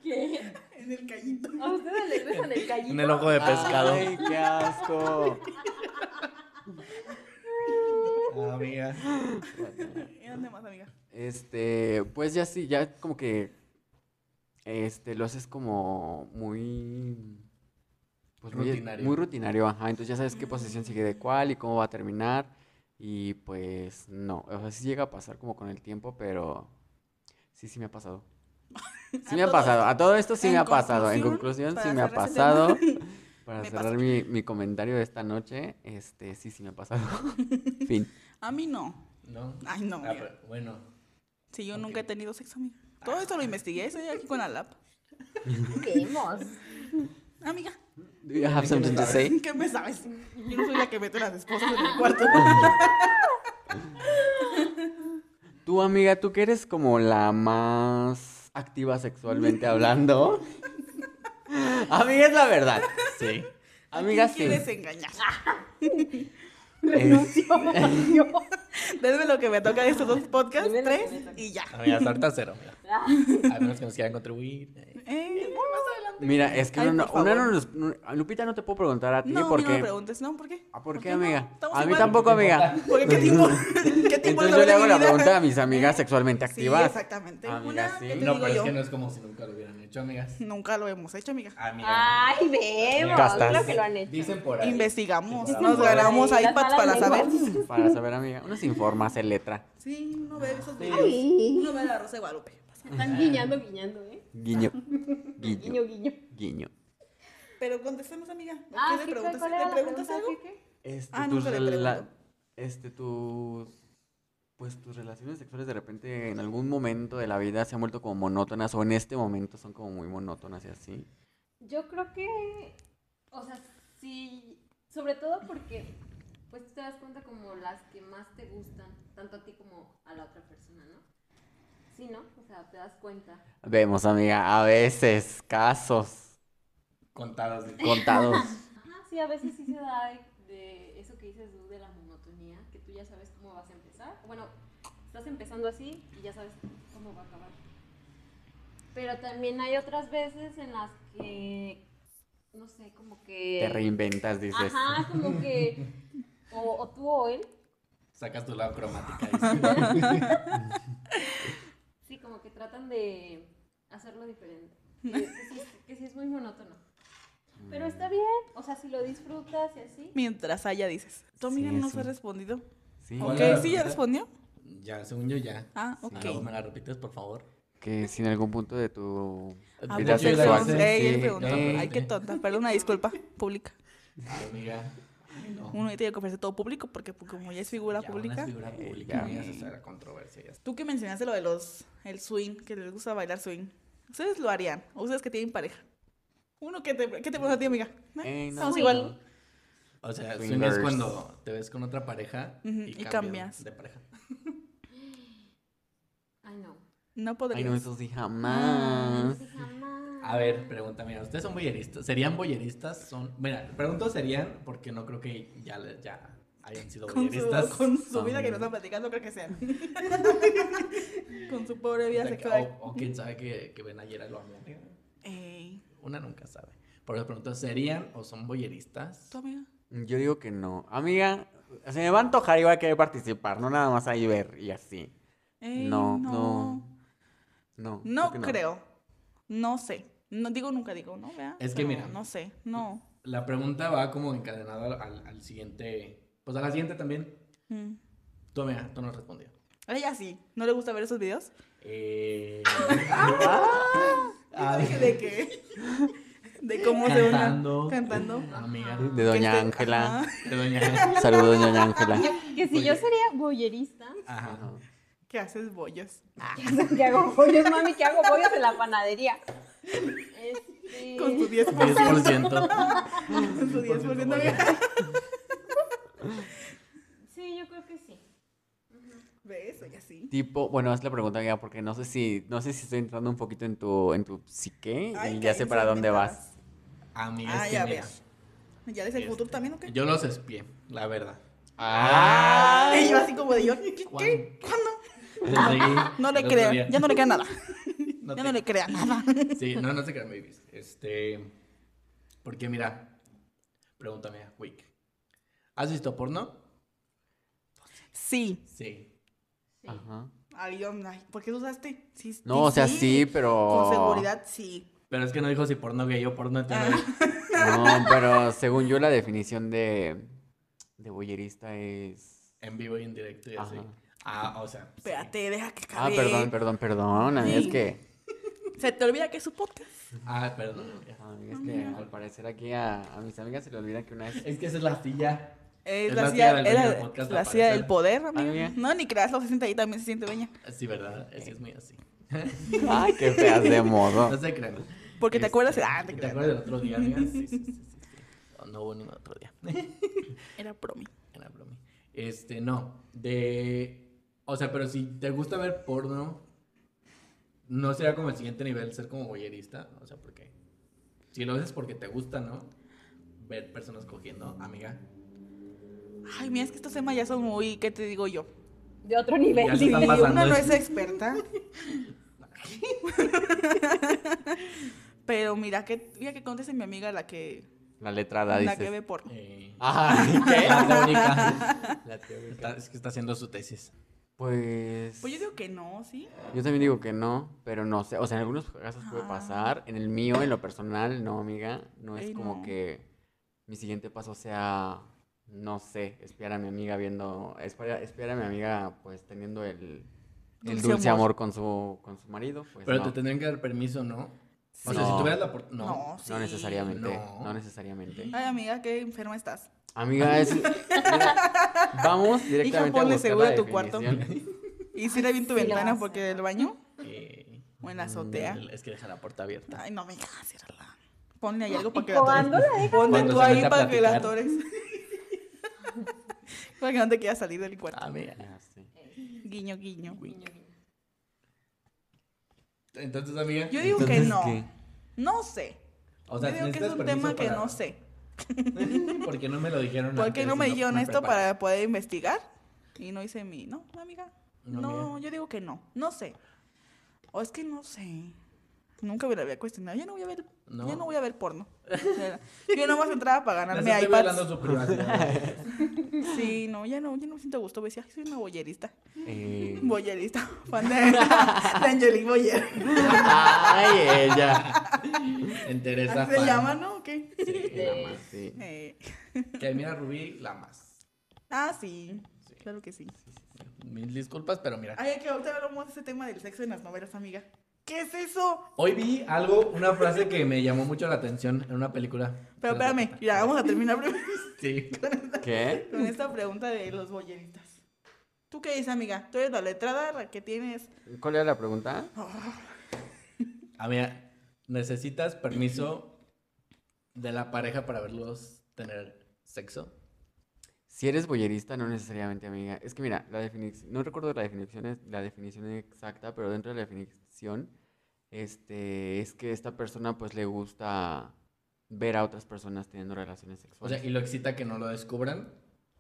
¿Qué? en el callito. ¿A ustedes les besan el callito? En el ojo de pescado. Ay, qué asco. amiga. ¿Y dónde Ah, más, amiga? Este, pues ya sí, ya como que este lo haces como muy pues muy, Rutinario. muy rutinario, ajá. Entonces ya sabes qué posición sigue de cuál y cómo va a terminar y pues no, o sea, sí llega a pasar como con el tiempo, pero sí sí me ha pasado. Sí A me ha todo pasado, esto. a todo esto sí en me ha pasado. En conclusión, conclusión, sí para me ha cerrar ese tema. pasado. Para Me cerrar pasó. mi, mi comentario de esta noche, este sí sí me ha pasado. Fin. A mí no. No. Ay, no. Ah, mira. pero bueno. Si yo nunca he tenido sexo, amiga. Todo esto lo investigué, estoy aquí con la lab. Vemos. Amiga, Do you have something to say? ¿qué me sabes? Yo no soy la que mete las esposas en el cuarto. Tú, amiga, tú que eres como la más activa sexualmente hablando. amiga, es la verdad. Sí. Amiga, ¿A quién sí. quieres engañar? Es- Denme lo que me toca de estos dos podcasts, Denme lo que me tres toca. y ya. Amiga, hasta ahorita cero, mira. A menos que nos quieran contribuir. eh. Eh, bueno, más adelante. Mira, es que Ay, uno- por uno favor. no nos- no- Lupita, no te puedo preguntar a ti No, a mí no me porque. preguntes, ¿no? ¿Por qué? Ah, ¿Por qué, no? amiga? Estamos A mí igual. tampoco, amiga. Porque qué tiempo, qué tiempo Entonces le yo le doy a hago mi la vida? pregunta a mis amigas sexualmente Sí, activas. exactamente. Amiga, Una, sí. ¿qué te No, digo pero es yo? que no es como si nunca lo hubieran hecho, amigas. Nunca lo hemos hecho, amiga. Amiga. Ay, vemos. Gastas. Claro que lo han hecho. Dicen por ahí. Investigamos, Sí, por nos ahí. ganamos Ay, las iPads malas para saber. lenguas. Para saber, amiga. Uno se informa, se letra. Sí, uno ve esos videos. Ay. Uno ve la Rosa de Guadalupe. Están guiñando, guiñando, ¿eh? Guiño. Guiño, Guiño. guiño. Guiño. Pero contestemos, amiga. ¿O Ah, ¿Qué ¿qué, le preguntas? ¿cuál era ¿Le la preguntas pregunta? algo? ¿Qué, qué? Este, Ah, tus nunca le rela- pregunto. este, tus, pues tus relaciones sexuales de repente en algún momento de la vida se han vuelto como monótonas o en este momento son como muy monótonas y así. Yo creo que, o sea, sí, sobre todo porque, pues tú te das cuenta como las que más te gustan, tanto a ti como a la otra persona, ¿no? Sí, ¿no? O sea, te das cuenta. Vemos, amiga, a veces casos Contadas de contados. Ajá, sí, a veces sí se da de, de eso que dices tú de la monotonía, que tú ya sabes cómo vas a empezar. Bueno, estás empezando así y ya sabes cómo va a acabar. Pero también hay otras veces en las que, no sé, como que... Te reinventas, dices. Ajá, como que. O, o tú o él. Sacas tu lado cromática. dice. Sí, como que tratan de hacerlo diferente. Y es Que sí, que sí es muy monótono. Pero está bien. O sea, si lo disfrutas y así. Mientras haya dices. ¿Tú, amiga, Sí, no sí. se ha respondido? Sí, ¿Cuál Ok, era la sí, pregunta? ya respondió. Ya, según yo ya. Ah, Ah, luego ok. ¿Me la repites, por favor? que sin algún punto de tu Ah, vida pues, yo la sexual. hice. pregunté, ella sí, preguntó. eh. Ay, qué tonta. Perdón, una disculpa pública. Ay, Amiga. Ay, no. Uno tiene que ofrecer todo público porque pues, como ya es Ya, figura Una pública. figura Eh, pública. ya. amiga, esa es la controversia. Ya está. Tú que mencionaste lo de los el swing, que les gusta bailar swing. ¿Ustedes lo harían? ¿O ustedes que tienen pareja? Uno que te, ¿qué te pregunta a ti, amiga. ¿Eh? Eh, no, Estamos no, igual. no. O sea, Swingers. swing es cuando te ves con otra pareja Ujú, y, y cambias cambias. de pareja. Ay, no. No Ay, podría. no, "Ah, eso sí jamás. Ah, Sí, jamás. A ver, pregúntame, ¿ustedes son boyeristas? ¿Serían boyeristas? Son... Mira, pregunto serían porque no creo que ya, le- ya hayan sido con boyeristas. su, con su vida que nos Amiga. están platicando, creo que sean. con su pobre vida sexual. O, o quién sabe que, que ven ayer a lo amor. ¿eh? Ey, Una nunca sabe. Por eso pregunto, ¿serían o son boyeristas? ¿tú, amiga? Yo digo que no. Amiga, se me va a antojar y voy a querer participar, no nada más ahí ver y así. Ey, No, no. No, No que creo. No sé. No digo nunca digo, ¿no? ¿Vea? Es que Pero mira. No sé, no. La pregunta va como encadenada al, al siguiente. Pues a la siguiente también. Mm. Tú, mira, tú no has respondido. A ella sí. ¿No le gusta ver esos videos? Eh, Yo dije de qué. De cómo se Cantando. una. Cantando. Ah. amiga, De Que doña esté- Ángela. Este, Ajá. de doña. Saludos, doña Ángela. Yo- que si yo sería boyerista. Ah, Ajá. Que haces bollos. ¿Qué hago bollos, mami? ¿Qué hago bollos en la panadería? Este... Con tu 10%. 10%. Con tu 10%. bollos. amiga. Sí, Tipo, bueno, haz la pregunta ya porque no sé si, no sé si estoy entrando un poquito en tu, en tu psique Ay, y ya sé Karin, para se dónde inventaba. vas. A mí Ah, es ya que mira, ¿Ya les el Este, futuro también o qué? yo los espié, la verdad. Y yo así como de yo, ¿qué? qué? ¿Cuándo? ¿Cuándo? Sí, No le el otro crean, día. ya no le crean nada. No ya te- no le crean nada. Sí, no, no se crean babies. Este. Porque mira, pregúntame a Wick. ¿Has visto porno? Sí. Sí. Sí. Ajá. Ay, yo, ay, ¿por qué usaste? Sí, No, o sea, sí, pero. Con seguridad, sí. Pero es que no dijo si porno gay o porno hetero. Ah. No, pero según yo, la definición de, de boyerista es. En vivo y en directo y así. Ajá. Ah, o sea. sí. Espérate, deja que Ah, acabe. perdón, perdón, perdón. amiga, Es Sí. que. Se te olvida que es su podcast. Ah, perdón. ya. amiga, Es que al parecer aquí a, a mis amigas se le olvida que una vez. Es que esa es la silla. Es, Es la la silla, tía del es dueño la- del podcast, la al silla del parecer. poder, amiga. Amiga. No, ni creas, lo se siente ahí también, se siente dueña. Sí, ¿verdad? Es que es muy así. Ay, qué feas de modo. No se crean. Porque te Este, acuerdas. Ah, te ¿Te creas. acuerdas del otro día, amiga? Sí, sí, sí. sí, sí. No, no hubo ningún otro día. Era promi. Era broma. Este, no. De. O sea, pero si te gusta ver porno, no sería como el siguiente nivel ser como boyerista. O sea, porque. Si lo haces porque te gusta, ¿no? Ver personas cogiendo, amiga. Ay, mira, es que estos temas ya son muy. ¿Qué te digo yo? De otro Ya nivel. se Sí, están pasando. una no es experta. Pero mira que, mira que conteste mi amiga la que, La letrada la dice. que ve porno. Eh, Ay, ¿qué? La teórica. La teórica. Está- es que está haciendo su tesis. Pues. Pues yo digo que no, ¿sí? Yo también digo que no, pero no sé. O sea, en algunos casos puede Ah. pasar. En el mío, en lo personal, no, amiga. No es Ey, como no. que mi siguiente paso sea, no sé, espiar a mi amiga viendo. Espiar, espiar a mi amiga, pues teniendo el, el Dulce dulce, amor. amor, con, su, con su marido. Pues Pero no. te tendrían que dar permiso, ¿no? O sea, No. si tuvieras la oportunidad. No, No. sí. No necesariamente. No. No, necesariamente. Ay, amiga, qué enferma estás. Amiga, es. mira, vamos directamente a ponle buscar seguro la tu cuarto. definición. Y cierra bien tu sí, la vas ventana a porque del baño Eh, o en la azotea. Mm, es que deja la puerta abierta. Ay, no, venga, ciérrala. Ponle ahí algo para que la Cuando atores. la dejas Ponle Cuando tú se ahí mete a para que la platicar. atores. para que no te quieras salir del cuarto. Amiga. Ya sé. Guiño, guiño. Entonces, amiga. Yo digo que Entonces, no. ¿qué? No sé. O sea, Yo digo que es necesitas un permiso tema que para- no sé. ¿Por qué no me lo dijeron ¿Por antes qué no y me dijeron me esto preparé? para poder investigar? Y no hice mi. No, amiga. No, No, amiga. yo digo que no. No sé. O es que no sé. Nunca me la había cuestionado. Yo no voy a ver, No. yo no voy a ver porno. De verdad. Yo nomás entraba para Les ganarme estoy violando iPads. su privacidad. Sí, no, ya no, ya no me siento a gusto. Voy a decir, ay, soy una boyerista. Eh, Boyerista. Fan de, de Angelique Boyer. Ay, ella. En Teresa Así se Fan. llama, ¿no? ¿O qué? Sí, la más. Sí. Eh, Que mira, Rubí, la más. ah, sí. Sí. Claro que sí. Mil disculpas, pero mira. Ay, que ahorita hablamos de ese tema del sexo en las novelas, amiga. ¿Qué es eso? Hoy vi algo, una frase que me llamó mucho la atención en una película. Pero Se las voy a espérame, contar. ya vamos a terminar primero Sí. ¿Qué? con esta pregunta de los boyeritas. ¿Tú qué dices, amiga? Tú eres la letrada, la que tienes. ¿Cuál era la pregunta? Ah, Amiga, Ah, ¿necesitas permiso de la pareja para verlos tener sexo? Si eres boyerista, no necesariamente, amiga. Es que mira, la definición, no recuerdo la definición, es- la definición exacta, pero dentro de la definición, este, es que esta persona pues le gusta ver a otras personas teniendo relaciones O sea, sexuales. ¿y lo excita que no lo descubran?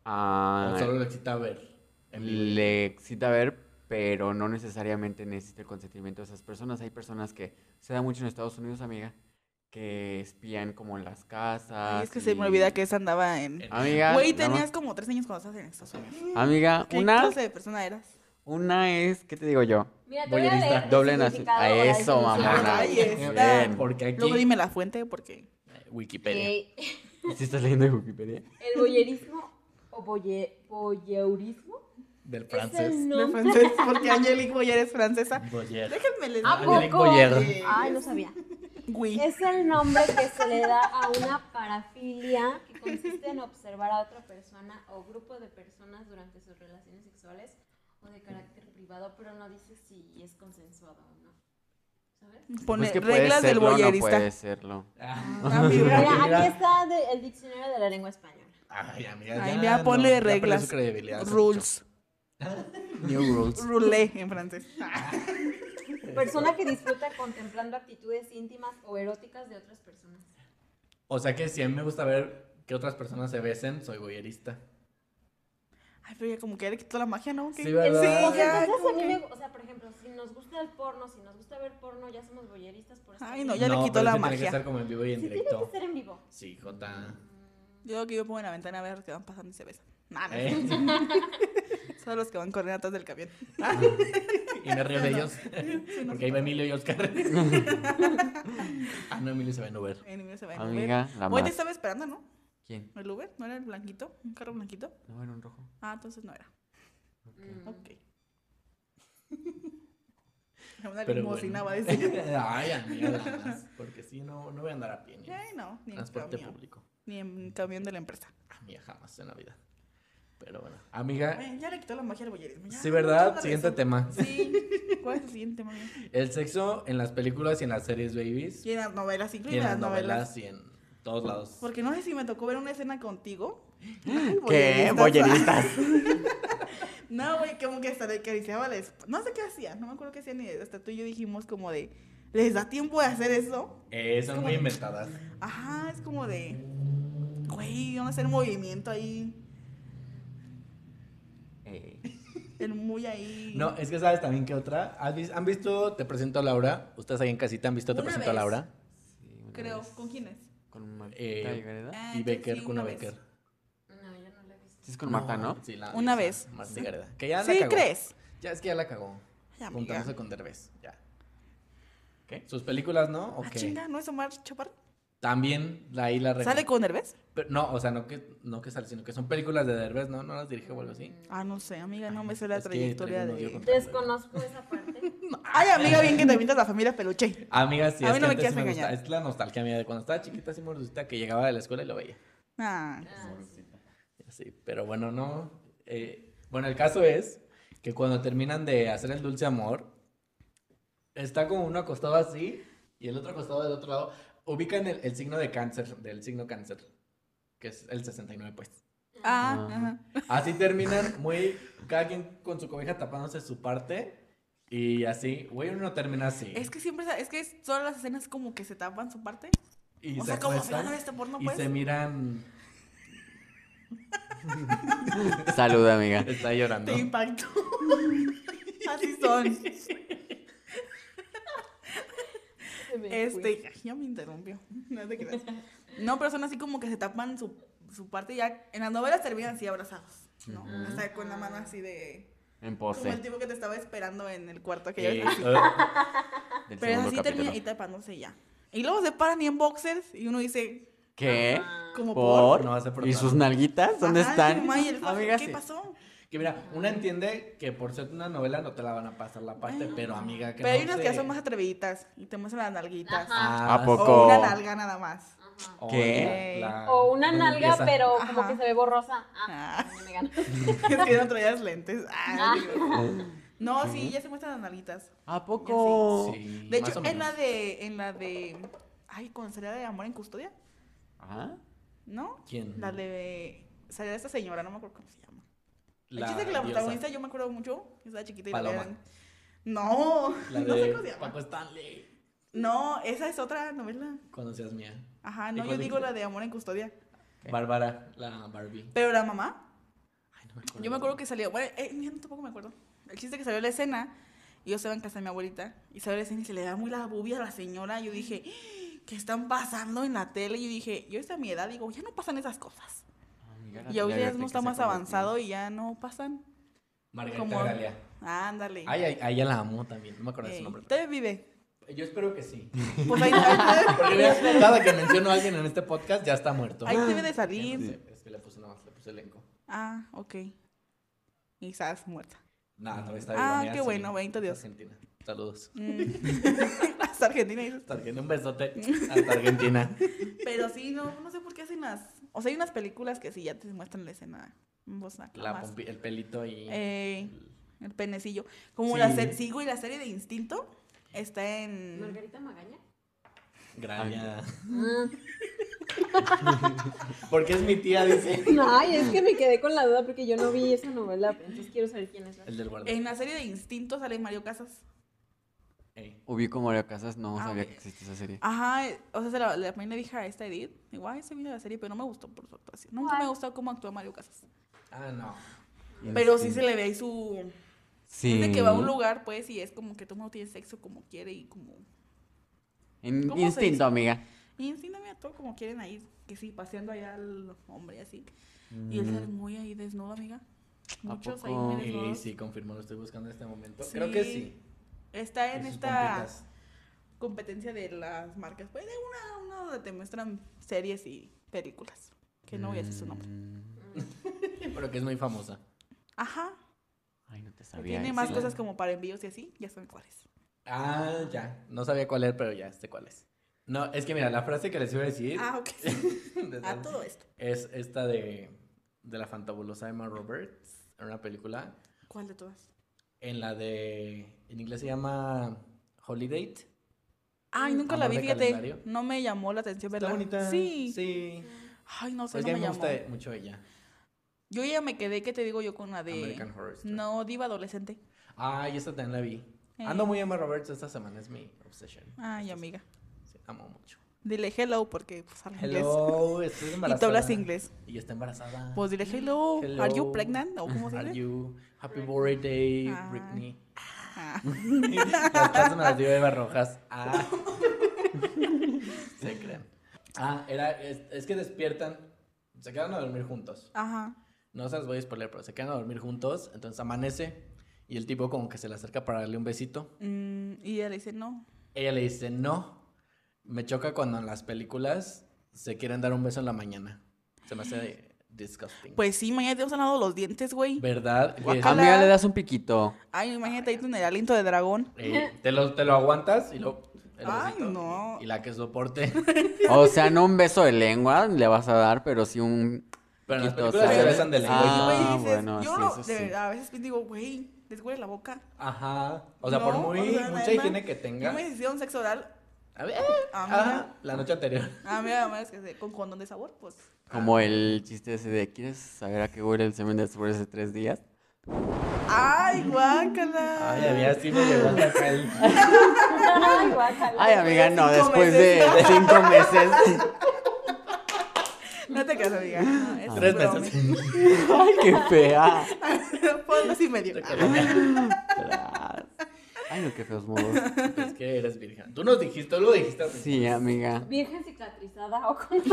Ah, ¿O solo lo excita ver? En vivo y- le excita ver, pero no necesariamente necesita el consentimiento de esas personas. Hay personas que se da mucho en Estados Unidos, amiga, que espían como en las casas. Ay, es que se me y- olvida que esa andaba en. Amiga, Güey, nada más- tenías como tres años cuando estabas en Estados Unidos. amiga, ¿Qué una, clase de persona eras? una es, ¿qué te digo yo? Mira, te voy a Boyerista, leer el doble naci- significado a o la eso, definición. mamona. Ahí está. Bien. Porque aquí. Luego dime la fuente porque. Wikipedia. Que ¿Sí estás leyendo de Wikipedia? El boyerismo o boye, boyeurismo Del es francés. el La nombre. francés, porque Angelique Boyer es francesa. Boyer. Déjenme les ¿A digo. Angelique poco? Boyer. Ay, no sabía. Güey. Ah, Es el nombre que se le da a una parafilia que consiste en observar a otra persona o grupo de personas durante sus relaciones sexuales o de carácter privado, pero no dice si es consensuado o no. ¿Sabes? Pone Pues que puede reglas del serlo, boyerista. No puede serlo. Ah, Mira, mira. aquí está de- el diccionario de la lengua española. Ay, amiga. Ay, ya mira, ponle ya perdió reglas. su credibilidad hace Rules. New rules. Roulé en francés. Persona que disfruta contemplando actitudes íntimas o eróticas de otras personas. O sea que si a mí me gusta ver que otras personas se besen, soy voyerista. Ay, pero ya como que ya le quitó la magia, ¿no? ¿Qué? Sí, ¿verdad? O Sí, sea, ya. entonces a como mí que- me- o sea, por ejemplo, si nos gusta el porno, si nos gusta ver porno, ya somos boyeristas por estar Ay, en no, vivo. ya le quitó pero la sí Tiene magia. que estar como en vivo y en Sí, tiene que directo. ser en vivo. Sí, Jota. Yo creo que yo pongo en la ventana a ver qué van pasando y se besan. Nada, ¿Eh? son los que van corriendo atrás del camión. Y me río de ellos. Porque ahí va Emilio y Oscar. ah, no, Emilio se va en Uber. El niño se va en Uber. Amiga, la Hoy te más. estaba esperando, ¿no? ¿Quién? El Uber, ¿no era el blanquito? ¿Un carro blanquito? No, era un rojo. Ah, entonces no era. Mm. Ok. Una Pero limosina bueno. va a decir. Ay, amiga, nada más. Porque si no, no voy a andar a pie ni en Ay, no, ni en transporte camión. público. Ni en camión de la empresa. Amiga, jamás en la vida. Pero bueno. Amiga, Ay, ya le quitó la magia al bollerismo. ya, Ah. sí, vamos a ¿verdad? hablar de Siguiente eso. tema. Sí. ¿Cuál es el siguiente, mami? El sexo en las películas y en las series babies. Y en las novelas, incluye Y en las novelas. novelas y en todos lados. Porque no sé si me tocó ver una escena contigo. ¿Qué? Boyeristas. No, güey, como que hasta le acariciaba la esp- No sé qué hacía, no me acuerdo qué hacía ni hasta tú y yo dijimos como de, ¿les da tiempo de hacer eso? Eh, son muy inventadas. Ajá, es como de, güey, vamos a hacer movimiento ahí, Eh, el muy ahí. No, es que sabes también que otra. ¿Has vis- ¿Han visto Te presento a Laura? Ustedes ahí en casita han visto Te Una presento a vez. Laura. sí, una creo, vez. ¿con quién es? Con Marta Eh, y Gareda. Ah, y entonces Becker, sí, con una vez. Becker. Mm, No, yo no lo he visto. Sí, es con Marta, ¿no? Sí, la- Una esa, vez. Marta Sí. y Gareda. Que ya la ¿Sí cagó. crees? Ya es que ya la cagó. Ay, amiga. Juntándose con Derbez. Ya. ¿Qué? ¿Sus películas no? ¿O Ah, qué? chinga, ¿no es Omar Chaparro? También la- ahí la regó. ¿Sale con Nervés? Pero no, o sea, no que, no que sale, sino que son películas de Derbez, ¿no? No las dirige o algo así. Ah, no sé, amiga, no me sé la es que trayectoria traigo un odio de... contra- Desconozco esa parte. Ay, amiga, bien que te invitas a la familia peluche. Amigas, sí, A es mí que no antes me sí quieras me gusta- engañar. Es la nostalgia mía de cuando estaba chiquita, sí me resulta que llegaba de la escuela y lo veía. Ah, Ah, Sí, pero bueno, no. eh, bueno, el caso es que cuando terminan de hacer el dulce amor, está como uno acostado así y el otro acostado del otro lado. Ubican el, el signo de cáncer, del signo cáncer, que es el 69, pues. ah, Ah. ajá. Así terminan muy, cada quien con su cobija tapándose su parte y así, güey, uno termina así. Es que siempre, es que es- todas las escenas como que se tapan su parte. y o se sea, como se acuestan van a ver este porno, y pues. se miran. Salud, amiga. Está llorando. Te impactó. Así son. se me fue. Este, ay, ya me interrumpió. No te creas. No, pero son así como que se tapan su, su parte y ya. En las novelas terminan así abrazados, ¿no? Ujú. O sea, con la mano así de. En Como el pose. tipo que te estaba esperando en el cuarto que Eh, ya ves así. eh, Pero Del segundo así capítulo. terminan y tapándose ya. Y luego se paran y en boxers y uno dice, ¿Qué? como por. ¿Por? No, hace por ¿Y nada. sus nalguitas? ¿Dónde Ajá, están? mamá, y el fajo, Amiga, ¿Qué sí. pasó? Que mira, una entiende que por ser una novela no te la van a pasar la parte, Bueno. pero amiga, que Pero hay no unas sé. que son más atreviditas y te muestran las nalguitas. Ah, ¿A poco? O una nalga nada más. Ajá. o ¿Qué? la- la- O una donde nalga, empieza. pero como Ajá. que se ve borrosa. Ah, Ah. no me gana. es que no traías lentes. Ah, digo. No, sí, ya se muestran las nalguitas. ¿A poco? Sí, De más hecho, o en la menos. de. En la de. Ay, con salida de amor en custodia, Ajá. ¿no? ¿Quién? La de. Salida de esta señora, no me acuerdo cómo se llama. El La chiste es que la diosa. protagonista yo me acuerdo mucho. Yo estaba chiquita y la Paloma. veían. No, La no sé de cómo se llama. Paco Stanley. No, esa es otra novela. Cuando seas mía. Ajá, ¿Y no, yo cuál digo dijiste? la de amor en custodia. ¿Qué? Bárbara, la Barbie. Pero la mamá, Ay, no me acuerdo. Yo me acuerdo que salió, bueno, eh, mira, no, tampoco me acuerdo. El chiste que salió la escena, y yo estaba en casa de mi abuelita, y salió la escena y se le da muy la bubia a la señora. Yo dije, ¿qué están pasando en la tele? Yo dije, yo a mi edad, digo, ya no pasan esas cosas. Amiga, la Y hoy tía ya Berta no que está se más convirtió. avanzado y ya no pasan. Margarita como- Galia. Ándale. Ay, ay, ay, Ah, ya la amo también. No me acuerdo de su Ey, nombre. Te vive. Yo espero que sí. Pues ahí, ahí Porque mira, cada que menciono a alguien en este podcast ya está muerto. te- ahí debe de Ya no salir. sé, Es que le puse nada más, le puse elenco. Ah, ok. Y estás muerta. Nada, todavía está viva, Ah, mira, qué sí. bueno, bendito Dios. Argentina. Saludos. Mm. Hasta Argentina dices. Hasta Argentina, un besote. Hasta Argentina. Pero sí, no, no sé por qué hacen las. O sea, hay unas películas que sí ya te muestran la escena. mm, en voz acá La más. pompi- el pelito y. Eh, el penecillo. Como Sí. la serie, sigo y la serie de Instinto está en. Margarita Magaña. Gracias. Porque es mi tía, dice. Ah, Ay, es que me quedé con la duda porque yo no vi esa novela, entonces quiero saber quién es la. El del guarda. En la serie de Instinto sale Mario Casas. Ey. Ubico Mario Casas, no Ah, sabía ok. que existía esa serie. Ajá, eh, o sea, se la, la- también le dije a esta Edith, digo, ay, se vino la serie, pero no me gustó por su actuación. Nunca Ay. me gustó cómo actúa Mario Casas. Ah, no. Pero sí se le ve ahí su... Sí. Es de que va a un lugar, pues, y es como que todo el mundo tiene sexo como quiere y como... En ¿Cómo se dice? instinto, amiga. Y encíndame a todo como quieren ahí, que sí, paseando allá al hombre y así. Y él Mm. sale muy ahí desnudo, amiga. ¿A Muchos ahí poco? muy Y desnudos. sí, confirmó, lo estoy buscando en este momento. Creo que sí. Está en Sus esta pompitas. competencia de las marcas. Pues de una, una donde te muestran series y películas. Que no voy a decir su nombre. Mm, Pero que es muy famosa. Ajá. Ay, no te que sabía. Tiene eso. más cosas como para envíos y así. Ya saben cuáles. Ah, ya. No sabía cuál era, pero ya sé cuál es. No, es que mira, la frase que les iba a decir Ah, ok. A todo esto. es esta de, de la fantabulosa Emma Roberts en una película. ¿Cuál de todas? En la de. En inglés se llama Holiday. Ay, nunca la Mm. Amor vi, de fíjate. calendario. No me llamó la atención, Está ¿verdad? bonita. Sí. Sí. Ay, no sé, Es no que a me mí me llamó. gusta mucho ella. Yo ya me quedé, ¿qué te digo yo con la de. American Horror Story. No, diva adolescente. Ay, esta también la vi. Eh. Ando muy Emma Roberts esta semana, es mi obsesión. Ay, Esta amiga. se- sí, amo mucho. Dile hello porque pues, habla inglés. Hello, estoy embarazada. Y tú hablas inglés. Y está Ah. embarazada. Pues dile hello, are you Hello. pregnant? ¿O cómo se Are dice? you happy birthday, Ah. Britney? Ah, Las clases me las dio Eva Rojas. Ah. se crean. Ah, era, es, es que despiertan, se quedan a dormir juntos. Ajá. No se las voy a spoiler, pero se quedan a dormir juntos. Entonces amanece y el tipo como que se le acerca para darle un besito. Mm, y ella le dice no. Ella le dice, no, me choca cuando en las películas se quieren dar un beso en la mañana. Se me hace disgusting. Pues sí, mañana te han sanado los dientes, güey. ¿Verdad? Y es- Guacala. Amiga, le das un piquito. Ay, imagínate ahí con el aliento de dragón. eh, te, lo, te lo aguantas y lo... el Ay, besito, Ah, no. Y la que soporte. O sea, no un beso de lengua le vas a dar, pero sí un. Pero en las Quito, películas se ¿sabes? besan de lengua. Ah, Sí, güey, dices, bueno, yo sí, lo- eso de sí. verdad, a veces digo, güey, les huele la boca. Ajá. O sea, por No, muy o sea, mucha neta, higiene que Yo tenga. me hicieron sexo oral. A ver. Ah, ah, la noche anterior. A mí, además, que se- con condón de sabor, pues. Como el chiste ese de: ¿Quieres saber a qué huele el semen después de tres días? Ay, guácala. Ay, había sí me llegó hasta acá el- Ah, Ay, Ah, guácala. Ay, amiga, no, cinco después de meses. de cinco meses. No te caso, diga. No, es Ah. Tres broma. meses. Ay, qué fea. Por dos y medio. Tras. Ay, no, qué feos modos. es que eres virgen. Tú nos dijiste, tú lo dijiste. al principio. Sí, amiga. Virgen cicatrizada o como.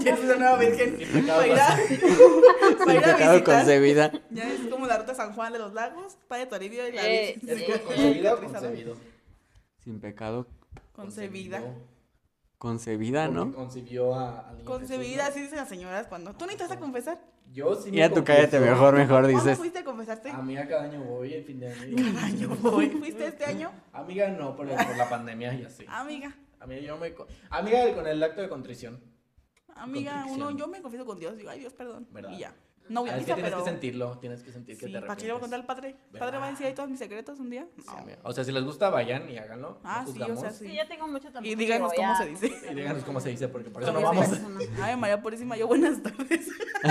Ya es una nueva virgen. pecado Para ir a, para Sin ir a pecado visitar. concebida. Ya es como la ruta San Juan de los Lagos, Padre Toribio y la Eh, Virgen Es que Cicatrizada. concebido o concebido. Sin pecado Concebida. concebida, Porque ¿no? Concibió a, al niño Concebida, Jesús, así dicen las señoras cuando. ¿Tú ni te vas a confesar? ¿no? Yo sí. me Ya tú cállate confieso. mejor, mejor ¿Cuándo dices. fuiste a confesarte? A mí a cada año voy el fin de año. Año voy. ¿Fuiste este año? Amiga, no, por, por la pandemia y así. Amiga, Amiga, yo me. co- Amiga, con el acto de contrición. amiga, uno, Contrición. yo me confieso con Dios. Digo, ay, Dios, perdón. ¿Verdad? Y ya. No voy a Ah, es misa, que tienes pero. que sentirlo, tienes que sentir que Sí, te ¿Para qué le voy a contar arrepientes. al padre? ¿El padre va a decir ahí todos mis secretos un día? Sí, No. amiga. O sea, si les gusta, vayan y háganlo. no Ah, sí, o sea, juzgamos. sí. Sí, ya tengo mucho tampoco. Y díganos voy cómo a- se dice. Y díganos cómo se dice, porque por eso no Obvio, vamos. sí. Ay, María Purísima, yo buenas tardes.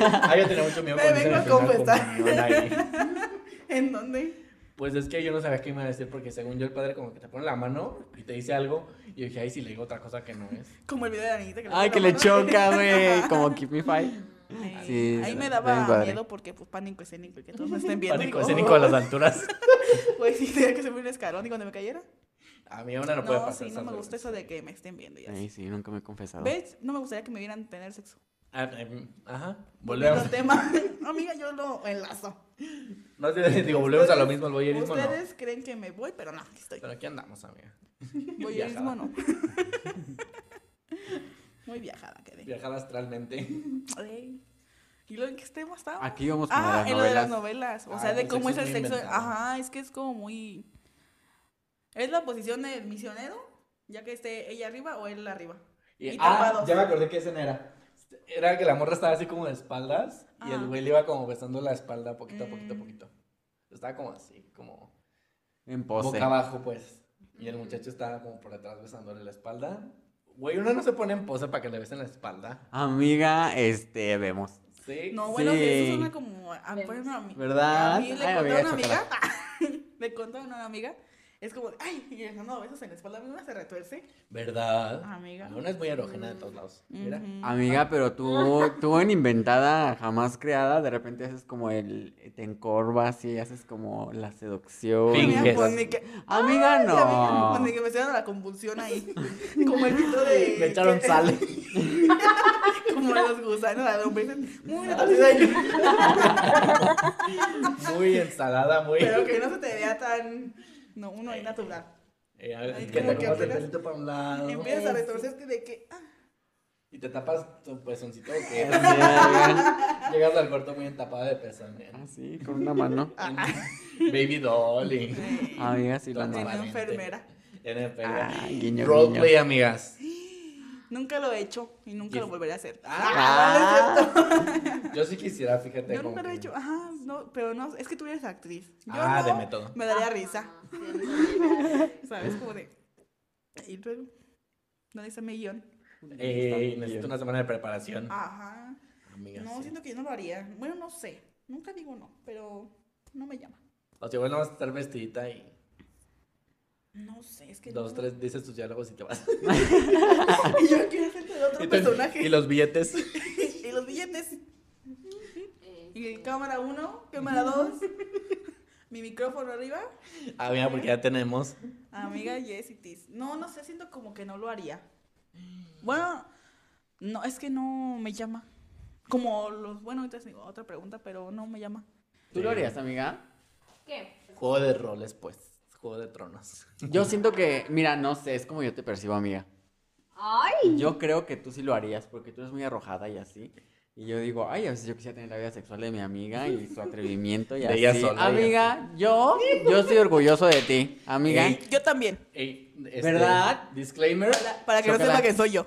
Ah, yo tenía mucho miedo Me con vengo esa primera a confesar. comunión ahí. ¿En dónde? Pues es que yo no sabía qué me iba a decir, porque según yo, el padre como que te pone la mano y te dice algo. Y yo dije, ay, si le digo otra cosa que no es. Como el video de la niñita que pone Ay, que la le mano. choca, güey. Como Keep Me Five. Ay, Ahí Sí, está me bien daba padre. miedo porque, pues, pánico escénico y que todos me estén viendo. Pánico digo, escénico a las alturas. Pues sí, tenía que subir un escalón y cuando me cayera. A mí ahora no, puede No, pasar. sí, no esas me gusta cosas. eso de que me estén viendo y Ay, así. sí, nunca me he confesado. ¿Ves? No me gustaría que me vieran tener sexo. Ah, em, Ajá, Volvemos. volvemos. tema. Amiga, yo lo enlazo. No sé, digo, volvemos a lo mismo, el boyerismo no. Ustedes creen que me voy, pero no, aquí estoy. Pero aquí andamos, amiga. Voyerismo no. Muy viajada quedé. Viajar astralmente. Ey, ¿Y lo en qué tema estábamos? Aquí vamos con Ah, las en lo de las novelas. novelas. O Ah, sea, de el cómo es sexo es el muy sexo. inventado. Ajá, es que es como muy. ¿Es la posición del misionero? Ya que esté ella arriba o él arriba. Y- Y ah, tapados. ya me acordé que escena era. Era que la morra estaba así como de espaldas y el Ah. güey le iba como besando la espalda poquito a poquito a Mm. poquito. Estaba como así, como En pose. boca abajo, pues. Y el muchacho estaba como por atrás besándole la espalda. Güey, uno no se pone en posa para que le besen la espalda. Amiga, este, vemos. Sí. No, bueno, eso Sí. suena como. A, por ejemplo, a mí, ¿Verdad? A mí le Ay, conté a una amiga. amiga, le conté a una amiga. Es como, de, ay, y dejando besos en la espalda, a mí una se retuerce. ¿Verdad? Amiga. Mm. Mm-hmm. Una es muy erógena de todos lados. Mira. Ujú. Amiga, pero tú, tú en inventada, jamás creada, de repente haces como el, te encorvas y haces como la seducción. Finges. Amiga, pues ni que. Amiga, Ay, amiga, pues, ni Ah, no. que me hicieron la convulsión ahí. Como el grito de. Le echaron que- sal. Como los gusanos, la lombrices. Muy retorcida. Muy ensalada, muy. Pero que no se te vea tan. No, uno ahí natural. Eh, a ver, Ay, que te como que acomodas el apenas- pelito para un lado. Empiezas a retorcerte de que. ah, Y te tapas tu pezoncito. Que Así, amiga, llegas al cuarto muy entapada de pezón. ¿eh? Así, con una mano. Ah. Baby Dolly. Amiga, sí, la Toma. neta. Tiene Valiente. enfermera. En enfermera. Ah, guiño, Roleplay, guiño. amigas. Nunca lo he hecho y nunca Y- lo volveré a hacer. Ah. Yo sí quisiera, fíjate. Yo como nunca lo he que- hecho, ajá, no, pero no, es que tú eres actriz. Yo Ah, de no, método. Me daría risa, Ah, Sí, a mí también me da risa. ¿sabes? Como de. Y luego, ¿dónde está mi guión? Eh, necesito una semana de preparación. Ajá. Amigas. Ah, No, sí. siento que yo no lo haría. Bueno, no sé. Nunca digo no, pero no me llama. O sea, bueno, vas a estar vestidita y No sé, es que. dos, no- tres dices tus diálogos y te vas. Y yo quiero hacer de otro Y te- personaje. Y los billetes. Y los billetes. Eh, Y cámara uno, cámara dos. Mi micrófono arriba. Ah, mira, porque ya tenemos. Amiga Yes it is. No, no sé, siento como que no lo haría. Bueno, no, es que no me llama. Como los, bueno, ahorita tengo otra pregunta, pero no me llama. ¿Tú lo harías, amiga? ¿Qué? Juego de roles, pues. Juego de tronos. Yo siento que, mira, no sé, es como yo te percibo, amiga. Ay, Yo creo que tú sí lo harías porque tú eres muy arrojada y así. Y yo digo, ay, a veces yo quisiera tener la vida sexual de mi amiga y su atrevimiento y De así. ella sola y amiga, yo, yo estoy orgulloso de ti, amiga. Ey. Yo también, Ey, este, ¿Verdad? Disclaimer. para que no Chócala. sepa que soy yo.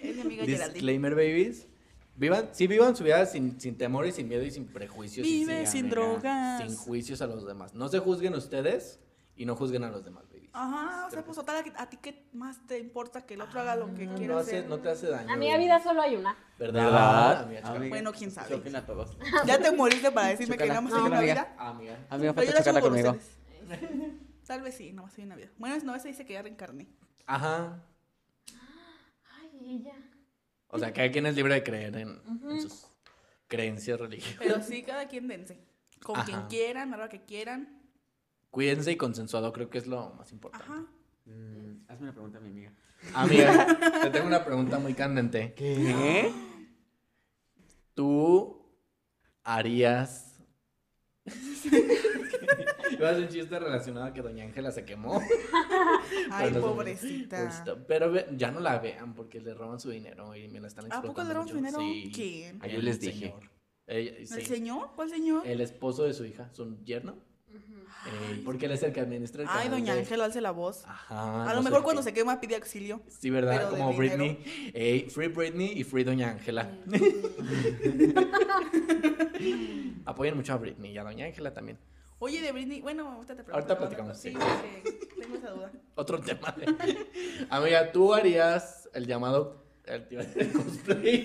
es mi amiga Geraldine. Disclaimer, babies. Vivan, sí, vivan su vida sin, sin temor y sin miedo y sin prejuicios. y Vive sin, sin amiga, drogas. sin juicios a los demás. No se juzguen ustedes y no juzguen a los demás, babies. Ajá, o sea, pues total, a que- a ti qué más te importa que el otro haga lo que Ah, quiera no, hace- hacer. no te hace daño. a mi babies. vida solo hay una. ¿Verdad? ¿Verdad? Amiga, chica. Ah, Amiga, Bueno, quién sabe. chóquenla a todos. Ya te moriste para decirme que nada Chócala. más No, hay una amiga. vida. Amiga. Amiga, Pero yo falta la chocarla chupo con conmigo. ustedes. Tal vez sí, nada más hay una vida. Bueno, no, se dice que ya reencarné. Ajá. Ay, ella. O sea, cada quien es libre de creer en, en sus creencias religiosas. Pero sí, cada quien dense. Con Ajá. quien quieran, a la hora que quieran. Cuídense y consensuado, creo que es lo más importante. Ajá. Mm, hazme una pregunta a mi amiga. Amiga, te tengo una pregunta muy candente. ¿Qué? ¿Tú harías. Iba a hacer un chiste relacionado a que Doña Ángela se quemó. Ay, Pero- pobrecita. Pobrecita. Pero ve- ya no la vean porque le roban su dinero y me la están ¿A explotando. poco le roban su mucho. Sí. dinero? ¿Quién? Ah, yo El les dije. señor. Ella- sí. ¿El señor? ¿Cuál señor? El esposo de su hija, su yerno. Eh, porque él es el que administra el Ay, canal doña de- Ángela, alce la voz. Ajá. A lo ah, no sé mejor qué. cuando se quema pide auxilio. Sí, ¿verdad? pero de Como dinero. Britney. Ey, free Britney y free Doña Ángela. Apoyen mucho a Britney y a Doña Ángela también. Oye, de Britney. Bueno, ahorita te pregunto. Ahorita pero- platicamos, sí. porque tengo esa duda. Otro tema. de- Amiga, ¿tú harías el llamado... El, tío- el cosplay.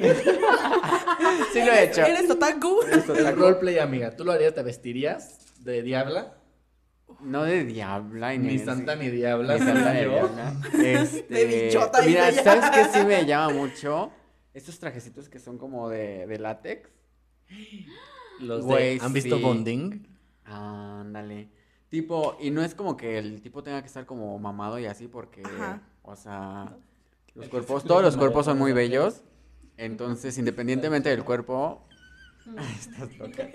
Sí lo he hecho. ¿Eres otaku? el roleplay, amiga. ¿Tú lo harías? ¿Te vestirías de diabla? No de diabla. Ni Inés. santa ni diabla. Ni santa soy ni yo. diabla. Este, De bichota, dice Mira, ella. ¿sabes qué sí me llama mucho? Estos trajecitos que son como de, de látex. Los Güey, de, ¿Han visto sí. Bonding? Ándale. Tipo, y no es como que el tipo tenga que estar como mamado y así porque, Ajá. o sea, los El cuerpos, físico todos de los la cuerpos madre son muy de la bellos. Entonces, independientemente del cuerpo... Ay, estás loca.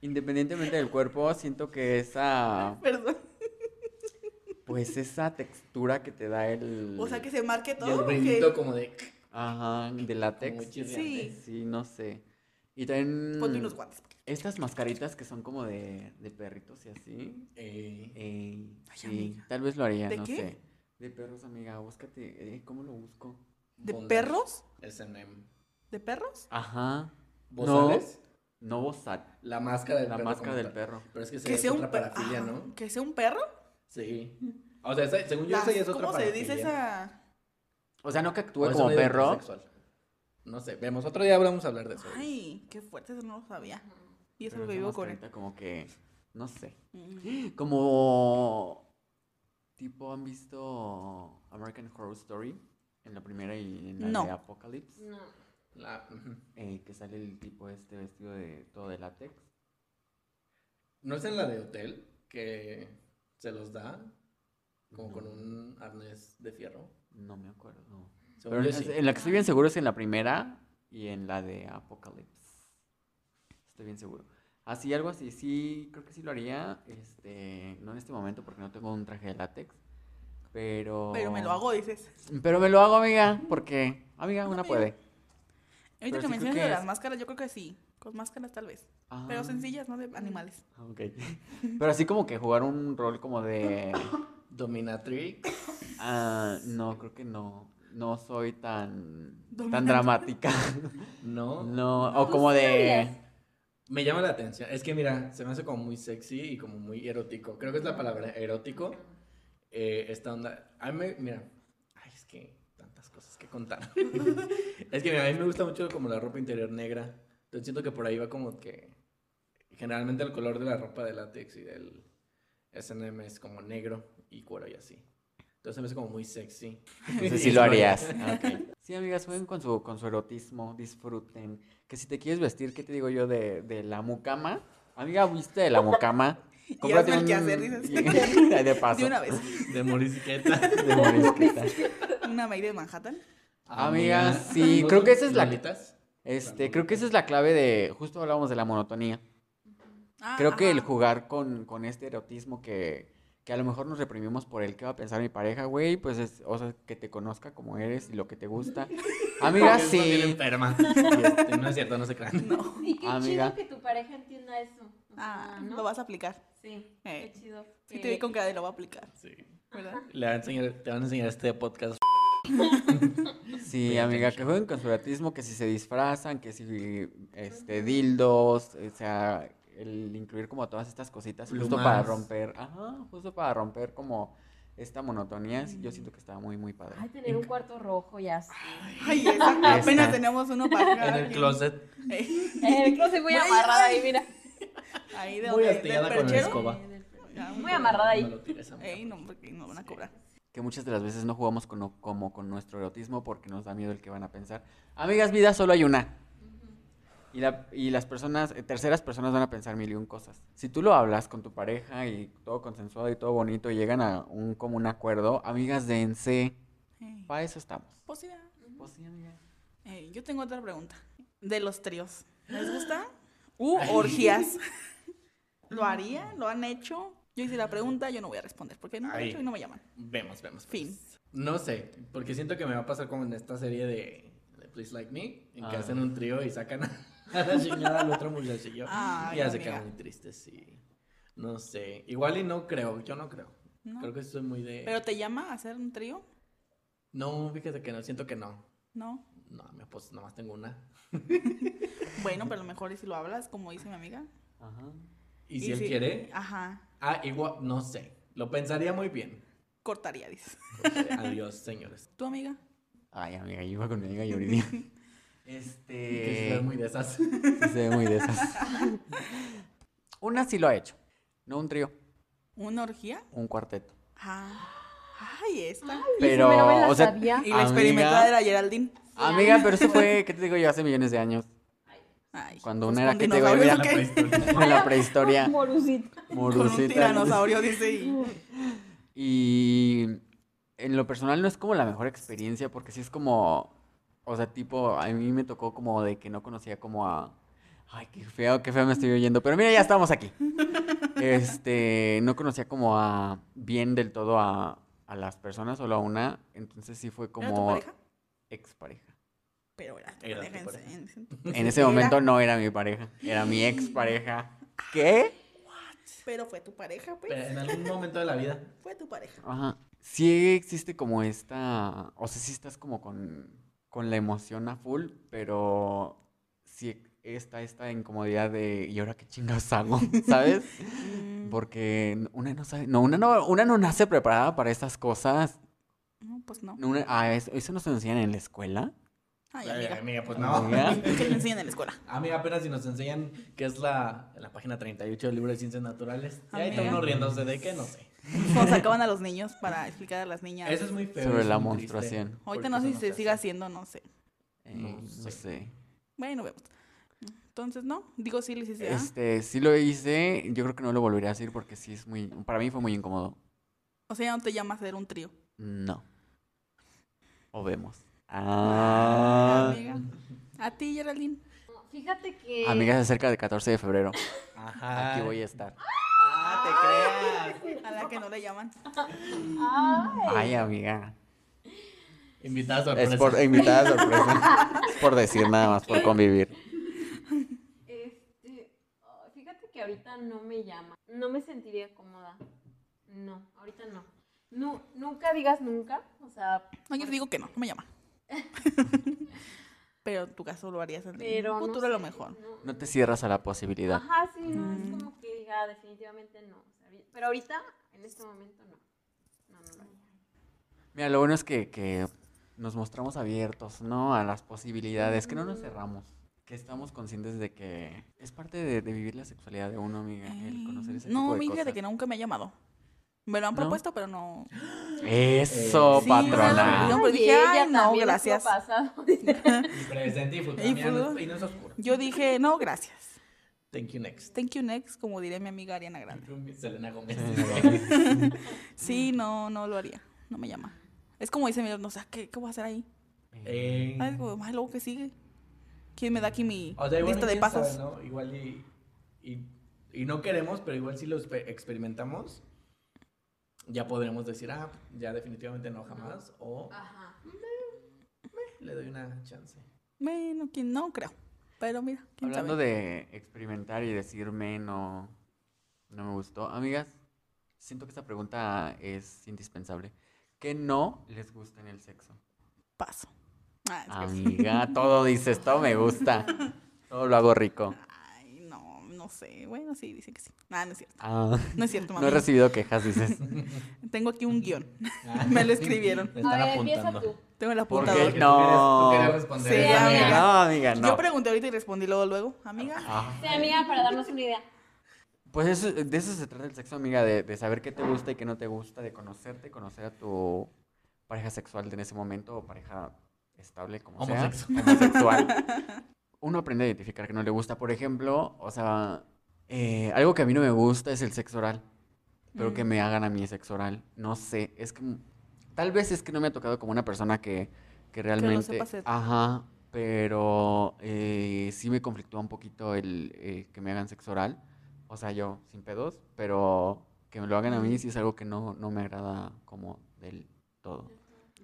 Independientemente del cuerpo, siento que esa, Perdón. pues esa textura que te da el... O sea, que se marque Y el todo. brindito porque como de... Ajá, de Como látex. chirriante. Sí. Sí, no sé. Y también... Ponte unos guantes. Estas mascaritas que son como de, de perritos y así. Ey. Ey, Ay, sí, amiga. tal vez lo haría, ¿De no qué? sé. De perros, amiga, búscate. eh, ¿Cómo lo busco? ¿De Bondage. perros? S&M. ¿De perros? Ajá. ¿Vos No. sabes? No bozat. La máscara del La perro máscara como del tal. perro. Pero es que, Que sea un otra perro. parafilia, ¿no? Que sea un perro. Sí. O sea, esa- según yo, Las- esa ya es otra ¿Cómo se parafilia. dice esa? O sea, no que actúe O es como una perro. identidad sexual. No sé, vemos. Otro día hablamos a hablar de eso. Ay, qué fuerte, eso no lo sabía. Y eso pero es lo que no vivo sé, con él. ahorita Como que, no sé. Mm. Como tipo han visto American Horror Story en la primera y en la No. de Apocalypse, No. La- ujú. eh, que sale el tipo este vestido de todo de látex. ¿No es en la de hotel que se los da? Como con un arnés de fierro. No me acuerdo. Según Pero yo, es- sí. en la que estoy bien seguro es en la primera y en la de Apocalypse. Estoy bien seguro. Así, algo así, sí, creo que sí lo haría. Este, no en este momento porque no tengo un traje de látex. Pero. Pero Oh. me lo hago, dices. Pero me lo hago, amiga, porque. Amiga, No, una amiga. puede. Pero Ahorita sí que creo mencionas que lo de es- las máscaras, yo creo que sí. Con máscaras tal vez. Pero Ah. sencillas, no de animales. Ah, Ok. Pero así como que jugar un rol como de. Dominatrix. ah, no, creo que no. No soy tan. tan Dominante. dramática. No. No. O Tú como sí de. harías. Me llama la atención. Es que mira, se me hace como muy sexy y como muy erótico. Creo que es la palabra erótico. eh, esta onda. A mí me, mira. Ay, es que tantas cosas que contar. es que mira, a mí me gusta mucho como la ropa interior negra. Entonces siento que por ahí va como que. Generalmente el color de la ropa de látex y del SM es como negro y cuero y así. Entonces se me hace como muy sexy. Entonces sí lo harías. Sí, amigas, jueguen con su, con su erotismo, disfruten. Que si te quieres vestir, ¿qué te digo yo de, de la mucama? Amiga, viste de la mucama. hazme el quehacer, dices. y- de paso. De una vez. De morisqueta. De morisqueta. Una Mary de Manhattan. Amiga, sí, creo que esa es la- ¿Lolitas? Este, creo que esa es la clave de. Justo hablábamos de la monotonía. Ah, Creo que el ajá. jugar con, con este erotismo que, que a lo mejor nos reprimimos por el que va a pensar mi pareja, güey, pues es, o sea, que te conozca como eres y lo que te gusta. Amiga, Eso bien sí. enferma. Este, no es cierto, no se crean. Y qué chido Amiga. que tu pareja entienda eso. O sea, Ah, ¿no? lo vas a aplicar. Sí, Eh. qué chido. Sí, te vi con cara de lo va a aplicar, Sí. ¿verdad? Le van a enseñar, te van a enseñar este podcast. Sí, Pay amiga, que attention. jueguen con su erotismo, que si se disfrazan, que si este dildos, o sea, el incluir como todas estas cositas justo para Plumas. romper, ajá, justo para romper como esta monotonía, sí, yo siento que estaba muy muy padre. Ay, tener un cuarto rojo ya así. Ay, esa- apenas Esta. tenemos uno para En cada el quien. closet. Eh, El closet muy Güey, amarrada ay. ahí, mira. Ahí Muy de donde- astillada del con el perchero. escoba. Ya, Muy amarrada No ahí. lo tires, amiga. Ey, no, porque no van a cobrar. Que muchas de las veces no jugamos con, no- como con nuestro erotismo porque nos da miedo el que van a pensar. Amigas, vida solo hay una. Y, la- y las personas, eh, terceras personas van a pensar mil y un cosas. Si tú lo hablas con tu pareja y todo consensuado y todo bonito y llegan a un común acuerdo, amigas, dense. Ey. Para eso estamos. Pues sí, ya. Pues sí, amiga. Ey, Eh, yo tengo otra pregunta. De los tríos. ¿Les gusta? U orgías. ¿Lo harían? ¿Lo han hecho? Yo hice la pregunta, yo no voy a responder porque no lo he Ay. hecho y no me llaman. Vemos, vemos. Fin. Pues, No sé, porque siento que me va a pasar como en esta serie de, de Please Like Me, en que Ah. hacen un trío y sacan a la señora al otro muchachillo. Ay, y ya se amiga. quedan muy tristes, sí. No sé. Igual y no creo, yo no creo. ¿no? Creo que soy muy de. ¿Pero te llama a hacer un trío? No, fíjate que no, siento que no. No. No, mi esposa nomás tengo una. Bueno, pero a lo mejor y si lo hablas, como dice mi amiga. Ajá. Y si él quiere. Ajá. Ah, igual, no sé. Lo pensaría muy bien. Cortaría, dice. Adiós, señores. ¿Tu amiga? Ay, amiga, yo iba con mi amiga Yuridia. Que sí este. soy muy de esas. sí se ve muy de esas. una sí lo ha hecho. No un trío, ¿Una orgía? un cuarteto. Ajá. Ay, esta. Pero, me la o sea, sabía. Y Amiga. la experimentada era Geraldine. Amiga, pero eso fue, ¿qué te digo yo? Hace millones de años. Ay, Cuando pues una era con que te digo yo, dinosaurios, era ¿o qué? en la prehistoria. Morucita. Con un Morucita. tiranosaurio, dice. y- Y en lo personal no es como la mejor experiencia, porque sí es como, o sea, tipo, a mí me tocó como de que no conocía como a, ay, qué feo, qué feo me estoy oyendo, pero mira, ya estamos aquí. Este, no conocía como a, bien del todo a, a las personas, solo a una, entonces sí fue ¿Era tu como pareja? Expareja. Pero era tu Era pareja. tu pareja. en- en- En ese momento no era mi pareja, era mi expareja. ¿Qué? Pero fue tu pareja, pues. Pero en algún momento de la vida. Fue tu pareja. Ajá. Sí existe como esta, o sea, sí estás como con, con la emoción a full, pero sí esta, esta incomodidad de, ¿y ahora qué chingados hago? ¿Sabes? Mm, Porque una no sabe, no, una no, una no nace preparada para estas cosas. no, pues no. Una- ah, eso, eso nos enseñan en la escuela. Ay, Ay, Eh, amiga. amiga, pues no. Amiga. ¿Qué le enseñan en la escuela? Amiga, apenas si nos enseñan que es la, la página 38 del libro de ciencias naturales. Y ahí está Amiga. uno riéndose de que no sé. Cuando sacaban a los niños para explicar a las niñas. Eso es muy feo. Sobre es la muy triste, menstruación. porque Ahorita no eso sé si se hace. sigue haciendo, no sé. Eh, No no sé. sé. Bueno, vemos. Entonces, no. Digo, sí, ¿ah? les hice. Este, sí lo hice, yo creo que no lo volveré a hacer porque sí es muy, para mí fue muy incómodo. O sea, ya no te llamas a hacer un trío. No. O vemos. Ah, Ah, amiga. A ti, Geraldine. No, Fíjate que. amigas, se acerca del 14 de febrero. Ajá. Aquí voy a estar. Ah, te creas. A la que no le llaman. Ay, amiga. Invitada sorpresa. Es por invitada sorpresa. Es por decir nada más, por convivir. Este, ah, fíjate que ahorita no me llama. No me sentiría cómoda. No, ahorita no. No, nunca digas nunca. O sea, No, yo te digo que no, no me llama. Pero en tu caso lo harías en pero. un no futuro a lo sé, mejor. no- No te cierras a la posibilidad. Ajá, sí, no, es Mm. como que diga, definitivamente no. o sea, ahorita- pero ahorita, en este momento, no. No, no lo haría. Mira, lo bueno es que, que nos mostramos abiertos, ¿no? A las posibilidades, que no nos cerramos. Que estamos conscientes de que es parte de, de vivir la sexualidad de uno, amiga. El conocer ese Eh, no, tipo de mi, fíjate cosas. que nunca me ha llamado. Me lo han ¿No? propuesto, pero no. Eso, Eh, sí, patrona. no, no. pero dije, ella "Ay, no, también estuvo gracias". pasado. Y presente y futuro. Y Mira, no es- futuro. Y no es oscuro. Yo dije, no, gracias. Thank you next. Thank you next, como diría mi amiga Ariana Grande. Selena Gómez. Sí, no, no lo haría. No me llama. Es como dice, mira, no sé, ¿qué, qué voy a hacer ahí? Eh, Ay, como, ay, luego que sigue. ¿Quién me da aquí mi o sea, igual lista de quién sabe, pasos? ¿no? Igual y, y, y no queremos, pero igual si lo exper- experimentamos, ya podremos decir, ah, ya definitivamente no jamás. O Ajá. le doy una chance. Bueno, quién no creo. Pero mira, quién Hablando sabe. de experimentar y decirme no, no me gustó. Amigas, siento que esta pregunta es indispensable. ¿Qué no les gusta en el sexo? Paso. Ah, es que sí. Amiga, todo dices, todo me gusta. Todo lo hago rico. Ay, no, no sé. Bueno, sí, dicen que sí. Ah, no es cierto. Ah, No es cierto, no mami. he recibido quejas, dices. Tengo aquí un guión. Me lo escribieron. Me A están ver, apuntando. empieza tú. Tengo el ¿Por Porque qué? apuntador. tú No. querías- tú querías responder, Sí, amiga. amiga. No, amiga, no. Yo pregunté ahorita y respondí luego, luego. Amiga, Ah, Sí, amiga, para darnos una idea. Pues eso- de eso se trata el sexo, amiga, de, de saber qué te gusta y qué no te gusta, de conocerte y conocer a tu pareja sexual de en ese momento o pareja estable, como sea. Homosexual. homosexual. Uno aprende a identificar que no le gusta. Por ejemplo, o sea, eh, algo que a mí no me gusta es el sexo oral. Pero que Mm. me hagan a mí sexo oral. No sé. Es que. m- Tal vez es que no me ha tocado como una persona que, que realmente. sepa hacer. Ajá. Pero eh, sí me conflictúa un poquito el eh, que me hagan sexo oral. O sea, yo sin pedos. Pero que me lo hagan a mí sí es algo que no, no me agrada como del todo.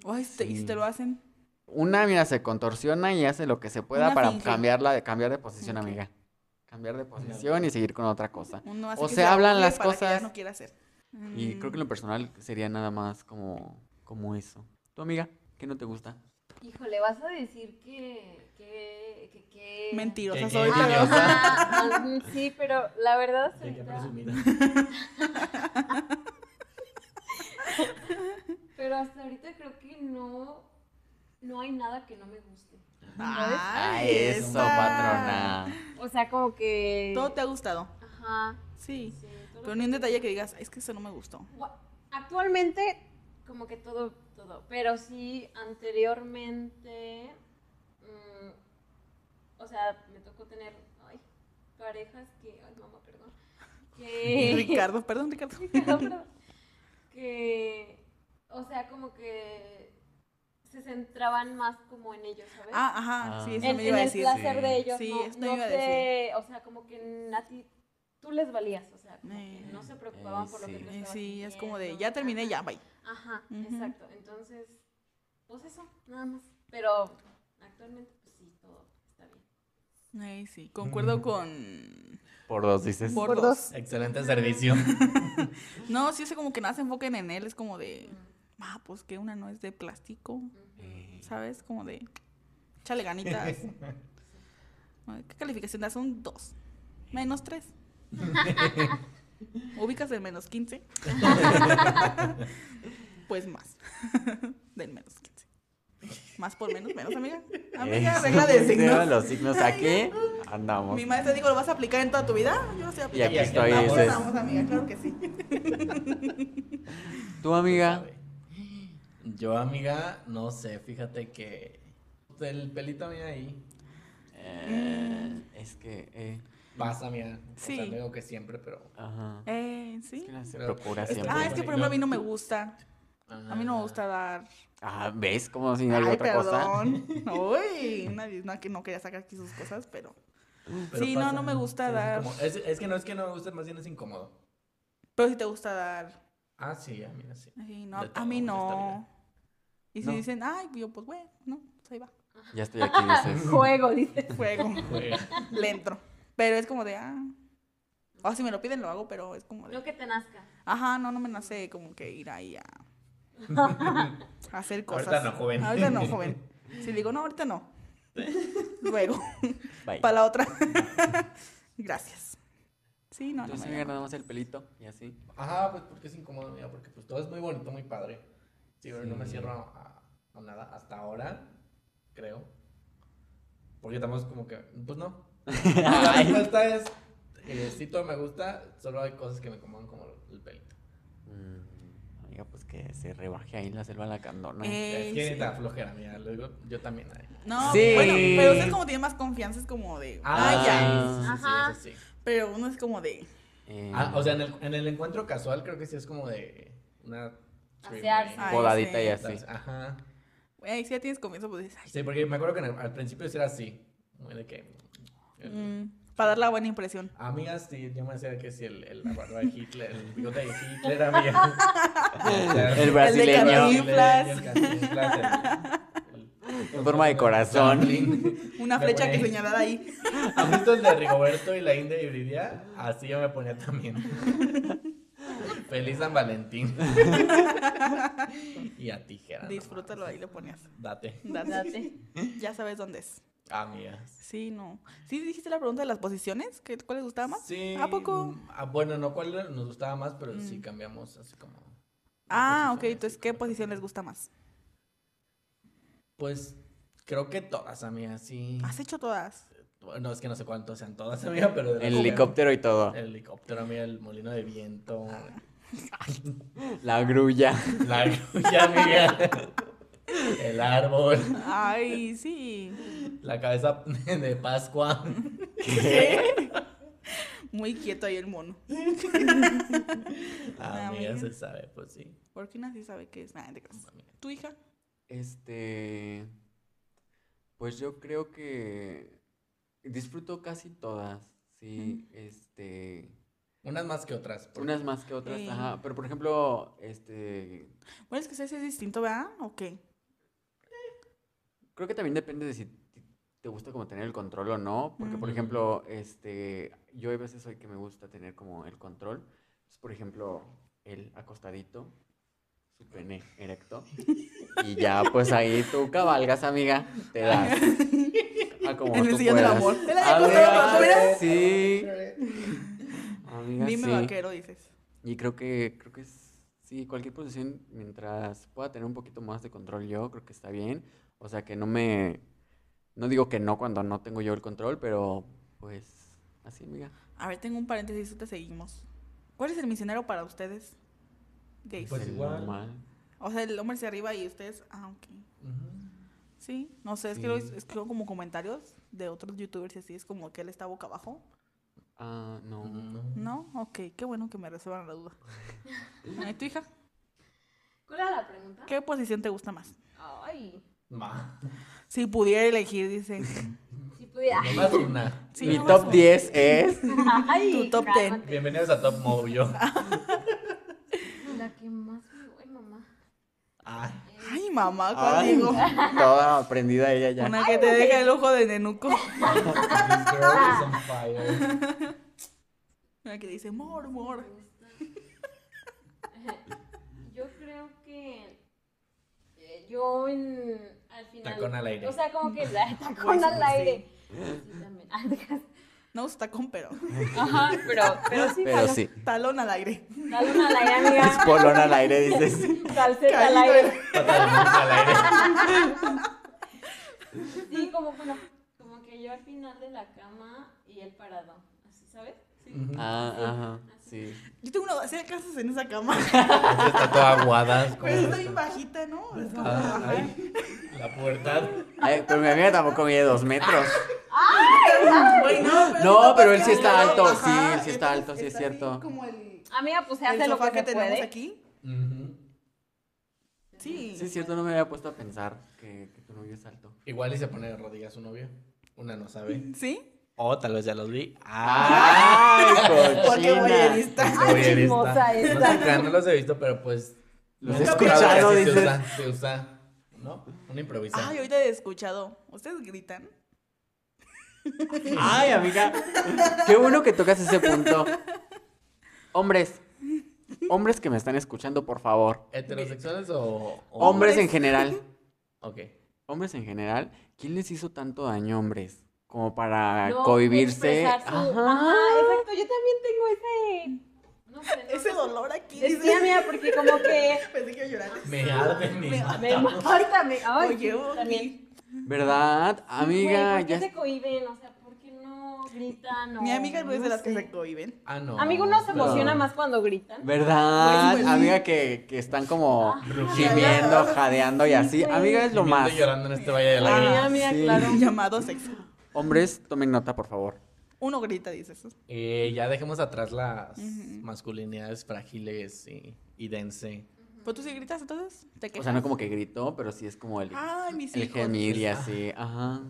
ay, si te- ¿y si te lo hacen? Una, mira, se contorsiona y hace lo que se pueda Una para finge. cambiarla de, cambiar de posición, Ok. amiga. Cambiar de posición y seguir con otra cosa. Uno hace O que se hablan ahogue las para que ya cosas. no quiera hacer. Y creo que Mm, en lo personal sería nada más como, como eso. ¿Tu amiga? ¿Qué no te gusta? Híjole, vas a decir que. que. que. que... Mentirosa Que- soy. que- pero- Ajá, mm, sí, pero la verdad es que Hay que ahorita- presumir. Pero hasta ahorita creo que no. No hay nada que no me guste. ah, Ay, esa. O sea, como que. Todo te ha gustado. Ajá. Sí. sí, todo Pero lo ni un que- detalle que digas, es que eso no me gustó. Gua- Actualmente, como que todo, todo. Pero sí, anteriormente. mm, o sea, me tocó tener. Ay, parejas que. Ay, mamá, perdón. Que. Ricardo, perdón, Ricardo. Ricardo, perdón. que. O sea, como que. Se centraban más como en ellos, ¿sabes? Ah, ajá, sí, eso en, me en iba a el decir. placer Sí. de ellos. Sí, no, eso me no iba a te- decir. O sea, como que a ti. Tú les valías, o sea, como que Eh, no se preocupaban eh, por lo que sí. tú Eh, estabas Sí, es como de, sintiendo. ya terminé, ya, bye. Ajá, Ujú. exacto. Entonces, pues eso, nada más. Pero actualmente, pues sí, todo está bien. Ay, sí, concuerdo Mm. con... Por dos, dices. Por dos. Excelente servicio. No, sí, es como que nada se enfoquen en él, es como de, ah, pues que una no es de plástico, Ujú. Eh, ¿sabes? Como de, chale ganitas. A ver, ¿Qué calificación das? Un 2. Menos 3. Ubicas del menos 15. pues más. del menos 15. Más por menos, menos, amiga. Amiga, Eso, regla de regla de signos. los signos. Aquí andamos. Mi maestra dijo, ¿lo vas a aplicar en toda tu vida? Yo lo estoy Y aquí aplicando. andamos, estoy. dices, Vamos, amiga, claro que sí. ¿Tú, amiga? Yo, amiga, no sé, fíjate que el pelito mío ahí Eh, es que, eh, pasa, mía. O sea, Sí. no digo que siempre, pero... ajá. Eh, Es ¿sí? que no se Pero- procura Está- siempre. Ah, es que por ejemplo a mí no me gusta. A mí no me Ah, gusta dar. Ah, ¿ves? Como si no hay Ay, otra cosa. perdón. Uy, nadie, no, que no quería sacar aquí sus cosas, pero. pero Sí, no, no me gusta es dar- incómodo. Es, es que no es que no me guste, más bien es incómodo. Pero si te gusta dar. Ah, sí, a mí sí. Ay, no, De a mí todo, de esta no. Y si No. dicen, ay, yo pues bueno, no, pues ahí va. Ya estoy aquí, dices. Juego, dice. Fuego, Juega. le entro. Pero es como de, ah. O si me lo piden lo hago, pero es como de. Lo que te nazca. Ajá, no, no me nace como que ir ahí a, a hacer cosas. Ahorita no, joven. Ahorita no, joven. Si digo, no, ahorita no. Luego, Bye. para la otra. Gracias. Sí, no, no. Yo sí me me llama. ganamos el pelito y así. Ajá, pues porque es incómodo, mía, porque pues todo es muy bonito, muy padre. Sí, pero no me cierro a, a nada hasta ahora, creo. Porque estamos como que, pues no. La respuesta es, eh, sí todo me gusta, solo hay cosas que me incomodan como el pelito. Mm, amiga, pues que se rebaje ahí en la selva la candona. Eh, es que sí. está flojera, mira, lo digo yo también. ay. No, Sí. bueno, pero usted como tiene más confianza, es como de, ah, ya. sí, sí, Ajá. sí, sí, eso sí. Pero uno es como de, Eh, Ah, o sea, en el, en el encuentro casual creo que sí es como de una... Pasearse. Ay, Podadita sí. y así. Ajá. güey, si ya tienes comienzo, pues dices, Sí, porque me acuerdo que en el- al principio sí era así. Muy de que... ay, mm, para dar la buena impresión. Amigas, sí, yo me hacía que si el, el, la barba de Hitler, el bigote de Hitler, amiga. O sea, El brasileño. el Cantinflas. el Cantinflas, el- el- En forma de corazón. Chaplin. Una De flecha que güey. señalara ahí. ¿Has visto el de Rigoberto y la India y Bridia? Así yo me ponía también. Feliz San Valentín. y a Ah, tijera. Disfrútalo, ahí lo ponías. Date. Ah, Date. Date. Ya sabes dónde es. Amigas. Sí, no. ¿Sí dijiste la pregunta de las posiciones? ¿Qué, ¿Cuál les gustaba más? Sí. ¿A poco? Mm. ah, bueno, no cuál nos gustaba más, pero sí cambiamos así como. Ah, ok. posiciones, Entonces, así ¿qué como- posición les gusta más? Pues creo que todas, amigas, sí. Has hecho todas. No, es que no sé cuántos sean todas, amiga, pero... de las el que- helicóptero y todo. El helicóptero, amiga, el molino de viento, Ah. La grulla. la grulla, amiga, el árbol, Ay, sí. la cabeza de Pascua. Ah, Muy quieto ahí el mono. Ah, amiga, Amiga. se sabe, pues sí. ¿Por qué nadie sabe qué es? Nah, te creas. amiga. ¿Tu hija? Este. Pues yo creo que disfruto casi todas. Sí, este. Unas más que otras. porque- Unas más que otras, Eh. ajá. Pero por ejemplo, este. Bueno, es que ese es distinto, ¿verdad? ¿O qué? Creo que también depende de si ti- te gusta como tener el control o no, porque por Ujú. ejemplo, este, yo hay veces soy que me gusta tener como el control. Entonces, por ejemplo, él acostadito, su pene erecto, y ya pues ahí tú cabalgas, amiga, te das. A Ah, como En el tú sillón del puedas. amor. Te la dejo, Amiga, pero mira. sí. Amiga, Dime sí. vaquero, dices. Y creo que, creo que es, sí, cualquier posición, mientras pueda tener un poquito más de control yo, creo que está bien. O sea, que no me, no digo que no cuando no tengo yo el control, pero pues así, amiga. A ver, tengo un paréntesis, te seguimos. ¿Cuál es el misionero para ustedes? Gays. Pues Es el igual. normal. O sea, el hombre hacia arriba y ustedes. Ah, ok. Ujú. Sí, no sé, es que lo Sí. es que luego como comentarios de otros youtubers y así, es como que él está boca abajo. Ah, no. No. ¿No? Ok, qué bueno que me resuelvan la duda. Ay, ¿Tu hija? ¿Cuál era la pregunta? ¿Qué posición te gusta más? Ay, Ma. Si pudiera elegir, dice. si pudiera. Nomás una. Sí, Mi no, top no. 10 es... Ay, Tu top ten. cálmate. Bienvenidos a Top Mob, yo. La que más me voy, mamá. Ay, Ay, mamá, ¿cuál Ay, digo? toda aprendida ella ya. Una que te deja el ojo de nenuco. this girl is on fire. Una que dice, mor, mor. Yo creo que eh, yo en, al final. Tacón al aire. O sea, como que la tacón Pues, al sí. aire. Sí, también. Ah, te creas. No usa tacón, pero Ajá, pero, pero sí. Pero jaló. sí. talón al aire. Dale una al aire, Es amiga. polón al aire, dices. Calceta al Caído aire. Al aire. Sí, como, bueno, como que yo al final de la cama y él parado. Así, ¿sabes? Sí. Ujú. Ah, ajá. Sí. Yo tengo una vacía de casas en esa cama. Está toda aguada. Pero está bien bajita, ¿no? Está- Ah, ajá. ay, la pubertad. Ay, pero mi amiga tampoco mide dos metros. Güey, no, pero, No, está pero él sí cascado. está alto, Ajá, sí, él sí entonces está alto, sí es así cierto. Como el, Amiga, pues se el hace lo sofá que que se tenemos puede. aquí. Ujú. Sí. Sí, es cierto, no me había puesto a pensar que, que tu novio es alto. Igual y se pone de rodillas su novio. Una no sabe. ¿Sí? Ah. O tal vez ya los vi. ¡Ay, Porque cochina! voyerista. Oye, Ay, ¿viste? chismosa No, esta. sé, claro, no los he visto, pero pues. Los me he han contado que escuchado, así se dices. usa, se usa, ¿no? Una improvisación. Ay, ahorita he escuchado. ¿Ustedes gritan? Ay, amiga. Qué bueno que tocas ese punto. Hombres, hombres que me están escuchando, por favor. ¿Heterosexuales o, o- Hombres en general. Ok. Hombres en general, ¿quién les hizo tanto daño, hombres? Como para No, cohibirse. expresar su- Ajá. Ajá, exacto. Yo también tengo ese. No sé. no, Ese no sé. dolor aquí. Es dice. que, amiga, porque como que. Pensé que iba a llorar. Me arde mi Me mata. Me mata, me. Ay, Oye, sí, Oki. también. ¿Verdad? Amiga, Güey, ¿por qué ya. se cohiben? O sea, ¿por qué no gritan? o- Mi amiga no es de las que sé? se cohiben. Ah, no. Amigo, uno se pero- emociona más cuando gritan. ¿Verdad? Pues, pues, sí. amiga, que, que están como gimiendo, Rugiendo. jadeando y así. güey. Amiga, es lo Viviendo más. y llorando en este valle de Ah, mira, lágrimas. mira, sí. claro. Llamado sexo. Hombres, tomen nota, por favor. Uno grita, dice eso. Eh, ya dejemos atrás las Ujú. masculinidades frágiles y, y dense. ¿Pero Pues tú sí gritas entonces? ¿Te O quejas? sea, no como que gritó, pero sí es como el, Ay, mis el hijos. gemir y así. Ajá.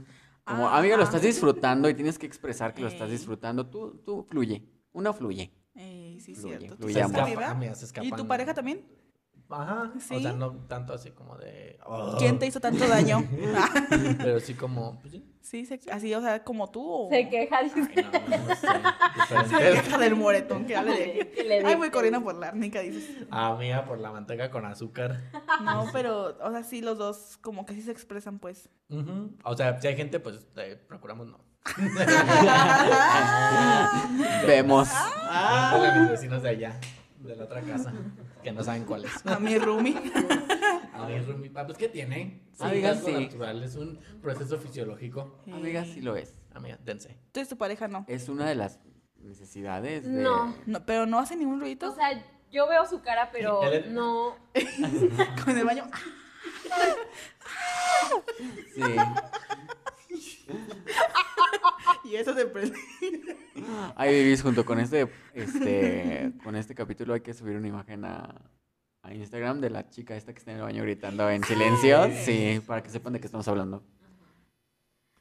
Como, Ajá. amiga, lo estás disfrutando y tienes que expresar que lo estás Ey. disfrutando. Tú, tú fluye. Uno fluye. Ey, sí, Fluye, cierto. ¿Tú fluye, estás amor. cohibida? Amiga, se escapan. ¿Y tu pareja también? Ajá. O Sí. sea, no tanto así como de. "Oh", ¿Quién te hizo tanto daño? Ah, Pero sí como. Pues, sí. sí, se- así, o sea, como tú. O... Se queja, Ay, no, no sé. Diferentes. queja del moretón que hable de... Que le Ay, dé- voy corriendo por la arnica, dices. Amiga, por la manteca con azúcar. No, pero, o sea, sí, los dos como que sí se expresan, pues. Ujú. O sea, si hay gente, pues eh, procuramos no. Vemos. Ah. Pregúntale a mis vecinos de allá, de la otra casa, que no saben cuál es. A mi Rumi. A ver, Rumi, ah, pues ¿qué tiene? Sí, Amiga, es algo sí. natural, es un proceso fisiológico. Amiga, sí lo es. Amiga, dense. Entonces tu pareja no. Es una de las necesidades de... No. No, pero no hace O ningún ruido sea, yo veo su cara, pero Él- no. con el baño. Ah, Sí. Y eso se prende. Ahí vivís junto con este, este, con este capítulo hay que subir una imagen a, a Instagram de la chica esta que está en el baño gritando en silencio. Sí, para que sepan de qué estamos hablando.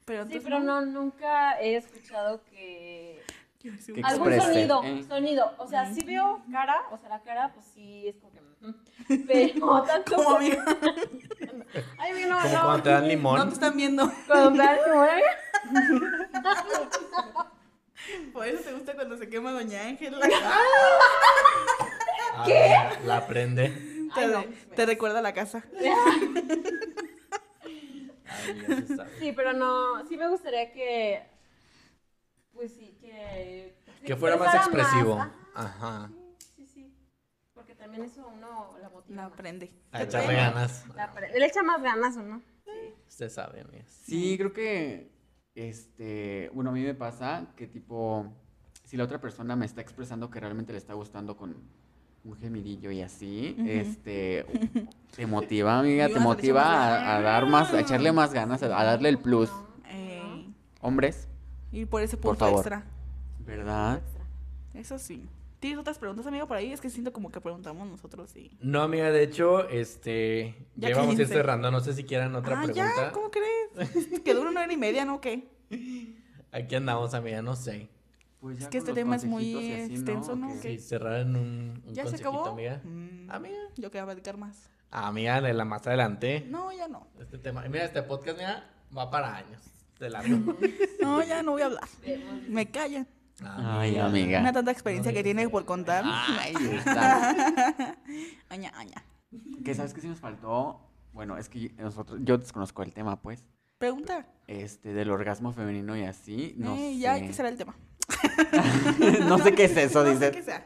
Pero Sí, entonces pero no, nunca he escuchado que. Yo sí, Que un- Algún exprese, sonido, ¿eh? sonido. O sea, Mm. sí veo cara, o sea, la cara, pues sí es como que. ujú. Pero tanto. Como amiga, Ay, güey, no, Como no. cuando te dan no te limón. están viendo. Cuando me dan como, ay, Por eso te gusta cuando se quema Doña Ángela. ¿Qué? Ah, La prende. Te, no. te recuerda a la casa. Ay, ya se sabe. Sí, pero no. Sí me gustaría que. Pues sí, que. pues Que fuera más expresara expresivo. Ajá, Ajá. Sí, sí. Porque también eso a uno la motiva. La más. prende. A echarle ganas. La pre- Le echa más ganas, ¿o no? Usted sabe, amigas. Sí, creo que, este, bueno, a mí me pasa que tipo, si la otra persona me está expresando que realmente le está gustando con un gemidillo y así, Ujú. este, te motiva, amiga, Y te vas a le echar motiva más a, a dar más, a echarle más ganas, a, a darle el plus. Ey, Hombres, Eh, y por ese Por punto favor. extra. ¿verdad? Eso sí. ¿Tienes otras preguntas, amigo, por ahí? Es que siento como que preguntamos nosotros y... No, amiga, de hecho, este. Ya Ya, vamos a ir cállense. cerrando. No sé si quieran otra ah, pregunta. ya, ¿cómo crees? que dura una hora y media, ¿no? ¿Qué? Aquí andamos, amiga, no sé. Pues ya que con este los tema es muy consejitos y así, extenso, ¿no? Que- ¿Qué? Sí, cerrar en un, un ¿Ya se consejito, acabó? amiga. Mm, Ah, Amiga. Ah, Yo quería platicar más. Amiga, de la más adelante. No, ya no. Este tema. Mira, este podcast, mira, va para años. De largo. No, ya no voy a hablar. Me callan. Ah, Ay, amiga. Una tanta experiencia No que digas tiene eso. por contar. Ay, está. Aña, aña. que sabes que sí nos faltó. Bueno, es que nosotros, yo desconozco el tema, pues. Pregunta. este, del orgasmo femenino y así, no Eh, sé. Ya, ¿qué será el tema? no sé qué es eso, no dice. sé qué sea.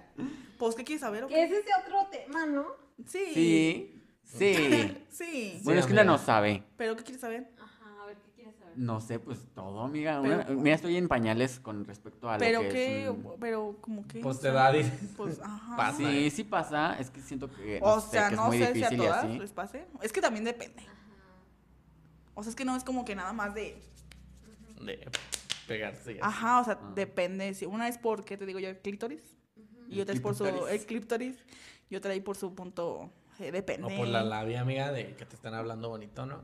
Pues, ¿qué quieres saber? o Que qué? es ese otro tema, ¿no? Sí. Sí, sí. Sí. Bueno, es que una amiga. no sabe. ¿Pero qué quieres saber? Ajá, a ver, ¿qué quieres saber? No sé, pues todo, amiga. Pero- Una- mira, estoy en pañales con respecto a lo ¿Pero que qué? es un- ¿Pero como qué? Pues te da, dice. Pues, ajá. Pasa. Sí, sí pasa. Es que siento que, no O sé, sea, que es no muy sé si a difícil y todas pues, así. les pase. Es que también depende. O sea, es que no es como que nada más de... De pegarse. y así. Ajá, o sea, Ah. depende. Si una es por, ¿qué te digo yo? El clítoris. Y otra es por su... El clítoris. clítoris. Y otra ahí por su punto... eh, depende. O por la labia, amiga, de que te están hablando bonito, ¿no?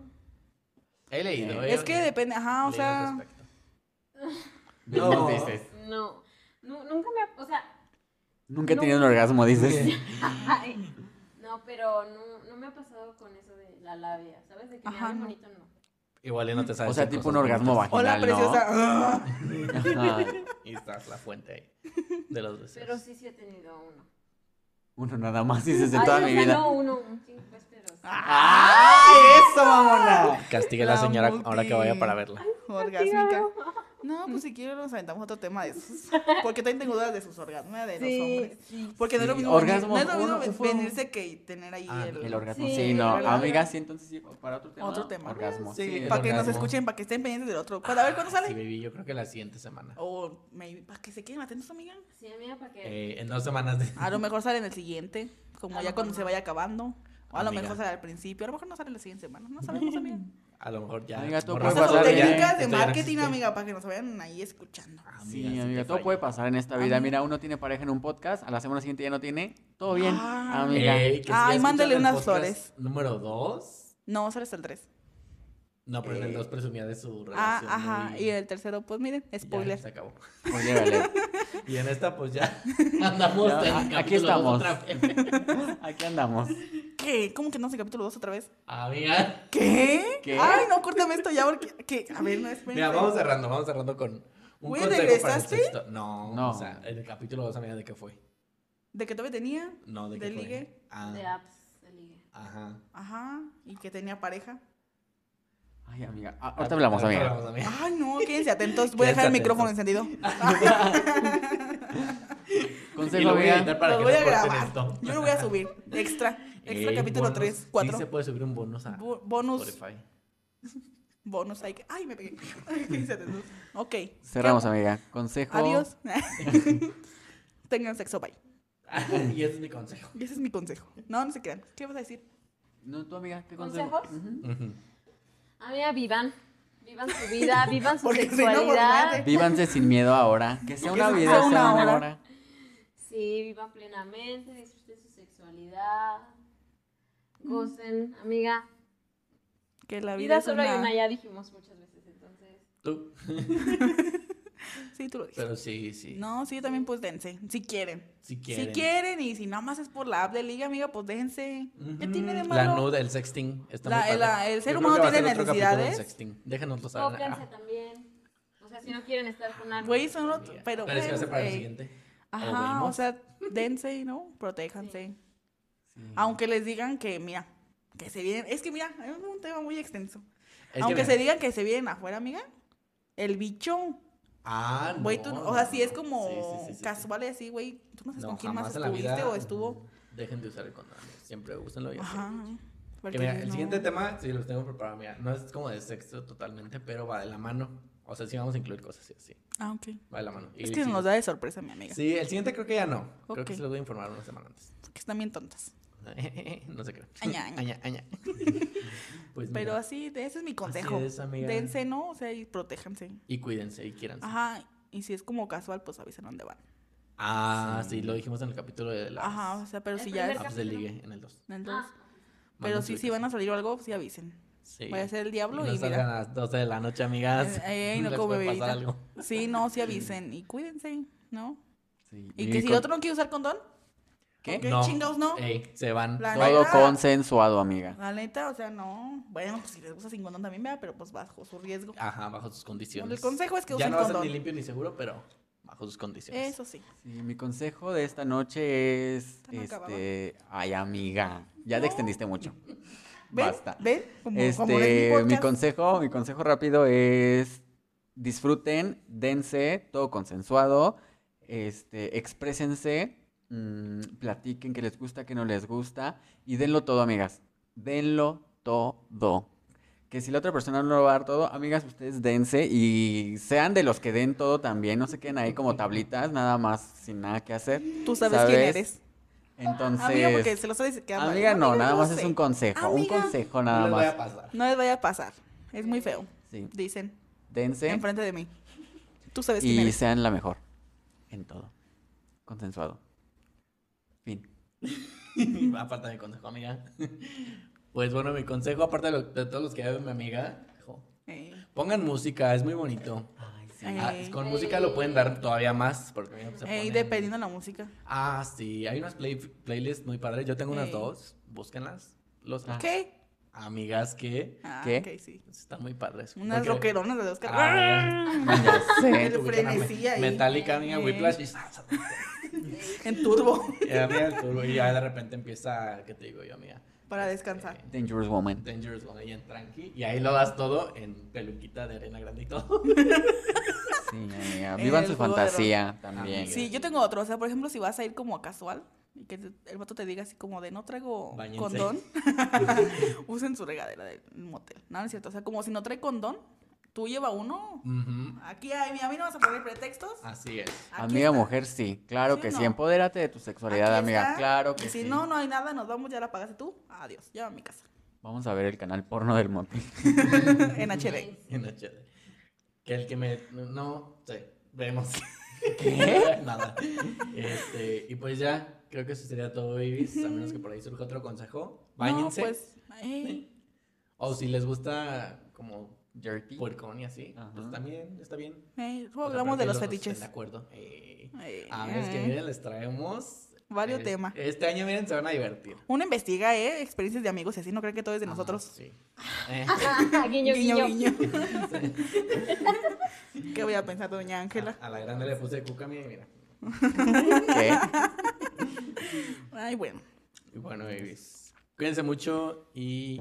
He leído, Sí. ¿eh? Es que depende, ajá, Leí o al sea... respecto. No. No. dices. No. No, nunca me. ha- O sea, Nunca he No. tenido un orgasmo, dices. ay, no, pero no, no me ha pasado con eso de la labia, ¿sabes? De que me Ajá, hablen no. bonito, no. Igual y no te sabes. O sea, decir tipo un cosas orgasmo bonitas. Hola, vaginal, ¿no? preciosa. Ajá. Y estás la fuente ahí de los deseos. Pero sí, sí he tenido uno. Uno nada más dices de Ay, toda o mi sea, vida. No, uno, un chingo, pues, pero sí. Ah, Ah, ¡Ay, eso, mamona! Castigue a la La señora multi. ahora que vaya para verla. Orgásmica. No, pues si quiero nos aventamos otro tema de esos. Porque también tengo dudas de sus orgasmos, de los hombres. sí. Porque no es lo Sí, mismo, venir- orgasmo, no es lo mismo uno- ven- fue un- venirse que tener ahí Ah, el, El orgasmo, Sí, sí, no. el Amiga, sí, entonces sí, para otro tema. otro tema. Orgasmo, Ah, sí. Sí, el Para que nos orgasmo. escuchen, para que estén pendientes del otro. Cuando- a ver cuándo Sí, sale. baby, yo creo que la siguiente semana. O maybe para que se queden atentos, amiga. Sí, amiga, para que. Eh, en dos semanas. de- A lo mejor sale en el siguiente, como A ya lo cuando mejor se no. vaya acabando. O a lo Amiga. mejor sale al principio, a lo mejor no sale la siguiente semana. No sabemos, amiga. A lo mejor ya. Amiga, tú borras Estas puedes son todo y ya- técnicas esto de ya no marketing, existe. amiga, para que nos vayan ahí escuchando. Sí, te amiga, todo fallé. puede pasar en esta vida. Amiga. Mira, uno tiene pareja en un podcast, a la semana siguiente ya no tiene. Todo bien, Ah. amiga. Ey, Eh, que si Ay, ya escucharon mándale el unas podcast flores. Número dos. No, sale hasta el 3. No, pero en el Eh. 2 presumía de su relación. Ah, ajá. muy- Y el tercero, pues miren, ya, spoiler. se acabó. Oye, vale. Y en esta, pues ya andamos. Ya, en a- aquí capítulo dos estamos. otra vez. Aquí andamos. ¿Qué? ¿Cómo que no se capítulo 2 otra vez? Amiga. ¿Qué? ¿Qué? Ay, no, córtame esto ya porque. que- A ver, no es Mira, vamos cerrando, vamos cerrando con un Güey, consejo para el ¿regresaste? sexto. No, No. o sea, el capítulo 2, amiga, ¿de qué fue? De que todavía tenía. No, ¿de qué ¿Del fue? ligue? De Ah, apps, de ligue. ajá. Ajá. Y que tenía pareja. Ay, amiga. Ah, Ahorita hablamos, Ahorita amiga. hablamos, amiga. Ay, no, quédense atentos. Voy Quédense a dejar el micrófono atentos. encendido. Y Consejo, lo voy a amiga. editar para lo que voy no a corten grabar. esto. Yo lo voy a subir. Extra. Eh, Extra Ey, capítulo bonus. 3, Sí 4. se puede subir un bonus a bonus. Spotify. Bonus. Hay que... Ay, me pegué. quédense atentos. Ok. Cerramos, amiga. Consejo. Adiós. Tengan sexo, bye. y ese es mi consejo. Ah, Y ese es mi consejo. No, no se crean. ¿Qué vas a decir? No, tú, amiga, ¿qué consejo? ¿Consejos? Ujú. Amiga, vivan. Vivan su vida, vivan su Porque si no, pues, por sexualidad. madre. Vívanse sin miedo ahora. Que sea una vida, sea una hora. Sí, vivan plenamente, disfruten su sexualidad. Gocen, amiga. Que la vida Vida es solo hay una... una, ya dijimos muchas veces, entonces. Tú. Sí, tú lo dijiste. Pero sí, sí. No, sí, también pues dense, si quieren. Si quieren. Si quieren y si nada más es por la app de liga, amiga, pues déjense. ¿Qué Ujú. tiene La de malo? nude, el sexting. Está La- muy padre. la- el Yo ser creo humano que va a tiene ser otro capítulo del necesidades. sexting. Déjanoslo saber. Tóquense Ah, también. O sea, si no quieren estar con alguien. pues, Güey, son otro- mira. pero eh, Pero eso va a bueno, ser para el güey. siguiente. Ajá, o vemos. sea, dense, ¿no? Protéjanse. Sí. Aunque les digan que, mira, que se vienen. Es que, mira, es un tema muy extenso. Es que Aunque mira. se digan que se vienen afuera, amiga, el bicho. Ah, Güey, tú, no, o sea, no, si es no. como Sí, sí, sí, sí, sí. casual y así, güey, tú no sabes No, con quién más jamás en la estuviste vida, o estuvo. Dejen de usar el condón. Siempre úsenlo y Ajá. Que porque mira, el no- siguiente tema, si los tengo preparado, mira, no es como de sexo totalmente, pero va de la mano. O sea, sí vamos a incluir cosas así, así. Ah, ok. Va de la mano. Y Es que sí, nos da de sorpresa, mi amiga. Sí, el siguiente creo que ya no. Creo Ok. que se los voy a informar una semana antes. Porque están bien tontas. No se creo. Aña, aña. aña, aña. Pues mira, Pero así, de- ese es mi consejo. es, amiga. Dense, ¿no? O sea, y protéjanse. Y cuídense y quieran. Ajá. Y si es como casual, pues avisen dónde van. Ah, sí. lo dijimos en el capítulo de las Ajá, o sea, pero El si ya es primer apps de ligue, en el 2. en el dos. Ah, Pero sí, si si van a salir o algo, sí avisen. Sí. Voy a ser el diablo no y, salgan mira. a las 12 de la noche, amigas. Eh, eh, no Les como puede pasar bebida. algo. Sí, no, sí avisen. Y cuídense, ¿no? Sí. Y que si con- otro no quiere usar condón, ¿Qué? ¿Qué chingados no? Ey, se van. La Bye. Todo neta. consensuado, amiga. la neta, o sea, no. Bueno, pues si les gusta sin condón también, vea, pero pues bajo su riesgo. Ajá, bajo sus condiciones. El consejo es que Ya usen no va a ser condón. ni limpio ni seguro, pero bajo sus condiciones. Eso sí. Sí, mi consejo de esta noche es, Esta no acababa. este, ay, amiga, ya te extendiste mucho. ¿Ven? Basta. ¿Ven? Como, como ven Este, mi podcast. consejo, mi consejo rápido es disfruten, dense, todo consensuado, este, exprésense, mm, platiquen qué les gusta, qué no les gusta y denlo todo, amigas. Denlo todo. Que si la otra persona no lo va a dar todo, amigas, ustedes dense y sean de los que den todo también, no se queden ahí como tablitas, nada más sin nada que hacer. Tú sabes, quién ¿sabes? eres. Entonces, Amiga, porque se lo sabes que ama. amiga, no, nada yo más sé. es un consejo, un Amiga, consejo nada les voy a más. pasar. No les vaya a pasar. Es muy feo. Sí. Dicen. dense Enfrente de mí. Tú sabes quién y eres. sean la mejor en todo. Consensuado. Fin. Ah, falta mi consejo, amiga. Pues bueno, mi consejo, aparte de, lo- de todos los que ya ven mi amiga, dijo, Eh, pongan música, es muy bonito. Ah, Ey. con música lo pueden dar todavía más, porque mira, se eh, ponen- dependiendo de la música. Ah, sí, hay unas play- playlists muy padres. Yo tengo unas Ey. Ah. dos, búsquenlas. Los ¿Qué? amigas que pues, Ah, Ah. ¿Qué? ok, sí. están muy padres. Unas Porque- rockeronas de Oscar. Ah, Ya sé. El frenesí ahí. Metallica, amiga, Ey. Whiplash y En turbo. Y amiga, el turbo, y ya de repente empieza, ¿qué te digo yo, amiga? Para descansar. Este, Dangerous Woman. Dangerous One ahí en tranqui. Y ahí lo das todo en peluquita de arena grande y todo. Sí, amiga. Vivan El su juego de fantasía también. Amiga. Sí, yo tengo otro. O sea, por ejemplo, si vas a ir como a casual y que te- el vato te diga así como de no traigo Báñense. condón, usen su regadera del motel. No, no es cierto. O sea, como si no trae condón, tú lleva uno. Mm. Ujú, Aquí hay, mira, a mí no vas a poner pretextos. Así es. Aquí Ah. Amiga está. mujer, sí. Claro ¿Sí que o sí. no? Empodérate de tu sexualidad, Aquí amiga. está. Claro Y que si sí. no, no hay nada, nos vamos, ya la pagaste tú. Adiós, lleva a mi casa. Vamos a ver el canal porno del motel. en HD. En HD. Que el que me. No, sí, vemos. Nada. Este, y pues ya, creo que eso sería todo, babies. A menos que por ahí surja otro consejo. Báñense. No, pues, ey, O si les gusta como Dirty. puercón y así, Ajá. pues también está bien. ey, luego O sea, pero hablamos de que los los dos estén fetiches. De acuerdo. Eh, Ey, a ver, es que ey. miren, les traemos. Varios eh, temas. Este año, miren, se van a divertir. Uno investiga, ¿eh? Experiencias de amigos y así, no creen que todo es de Ajá, nosotros. Ah, sí. Eh, Ah, guiño, guiño. ¿Qué voy a pensar, doña Ángela? a la grande le puse cuca, mira, mira. ¿Qué? Ah. Ay, bueno. Y bueno, babies. Cuídense mucho y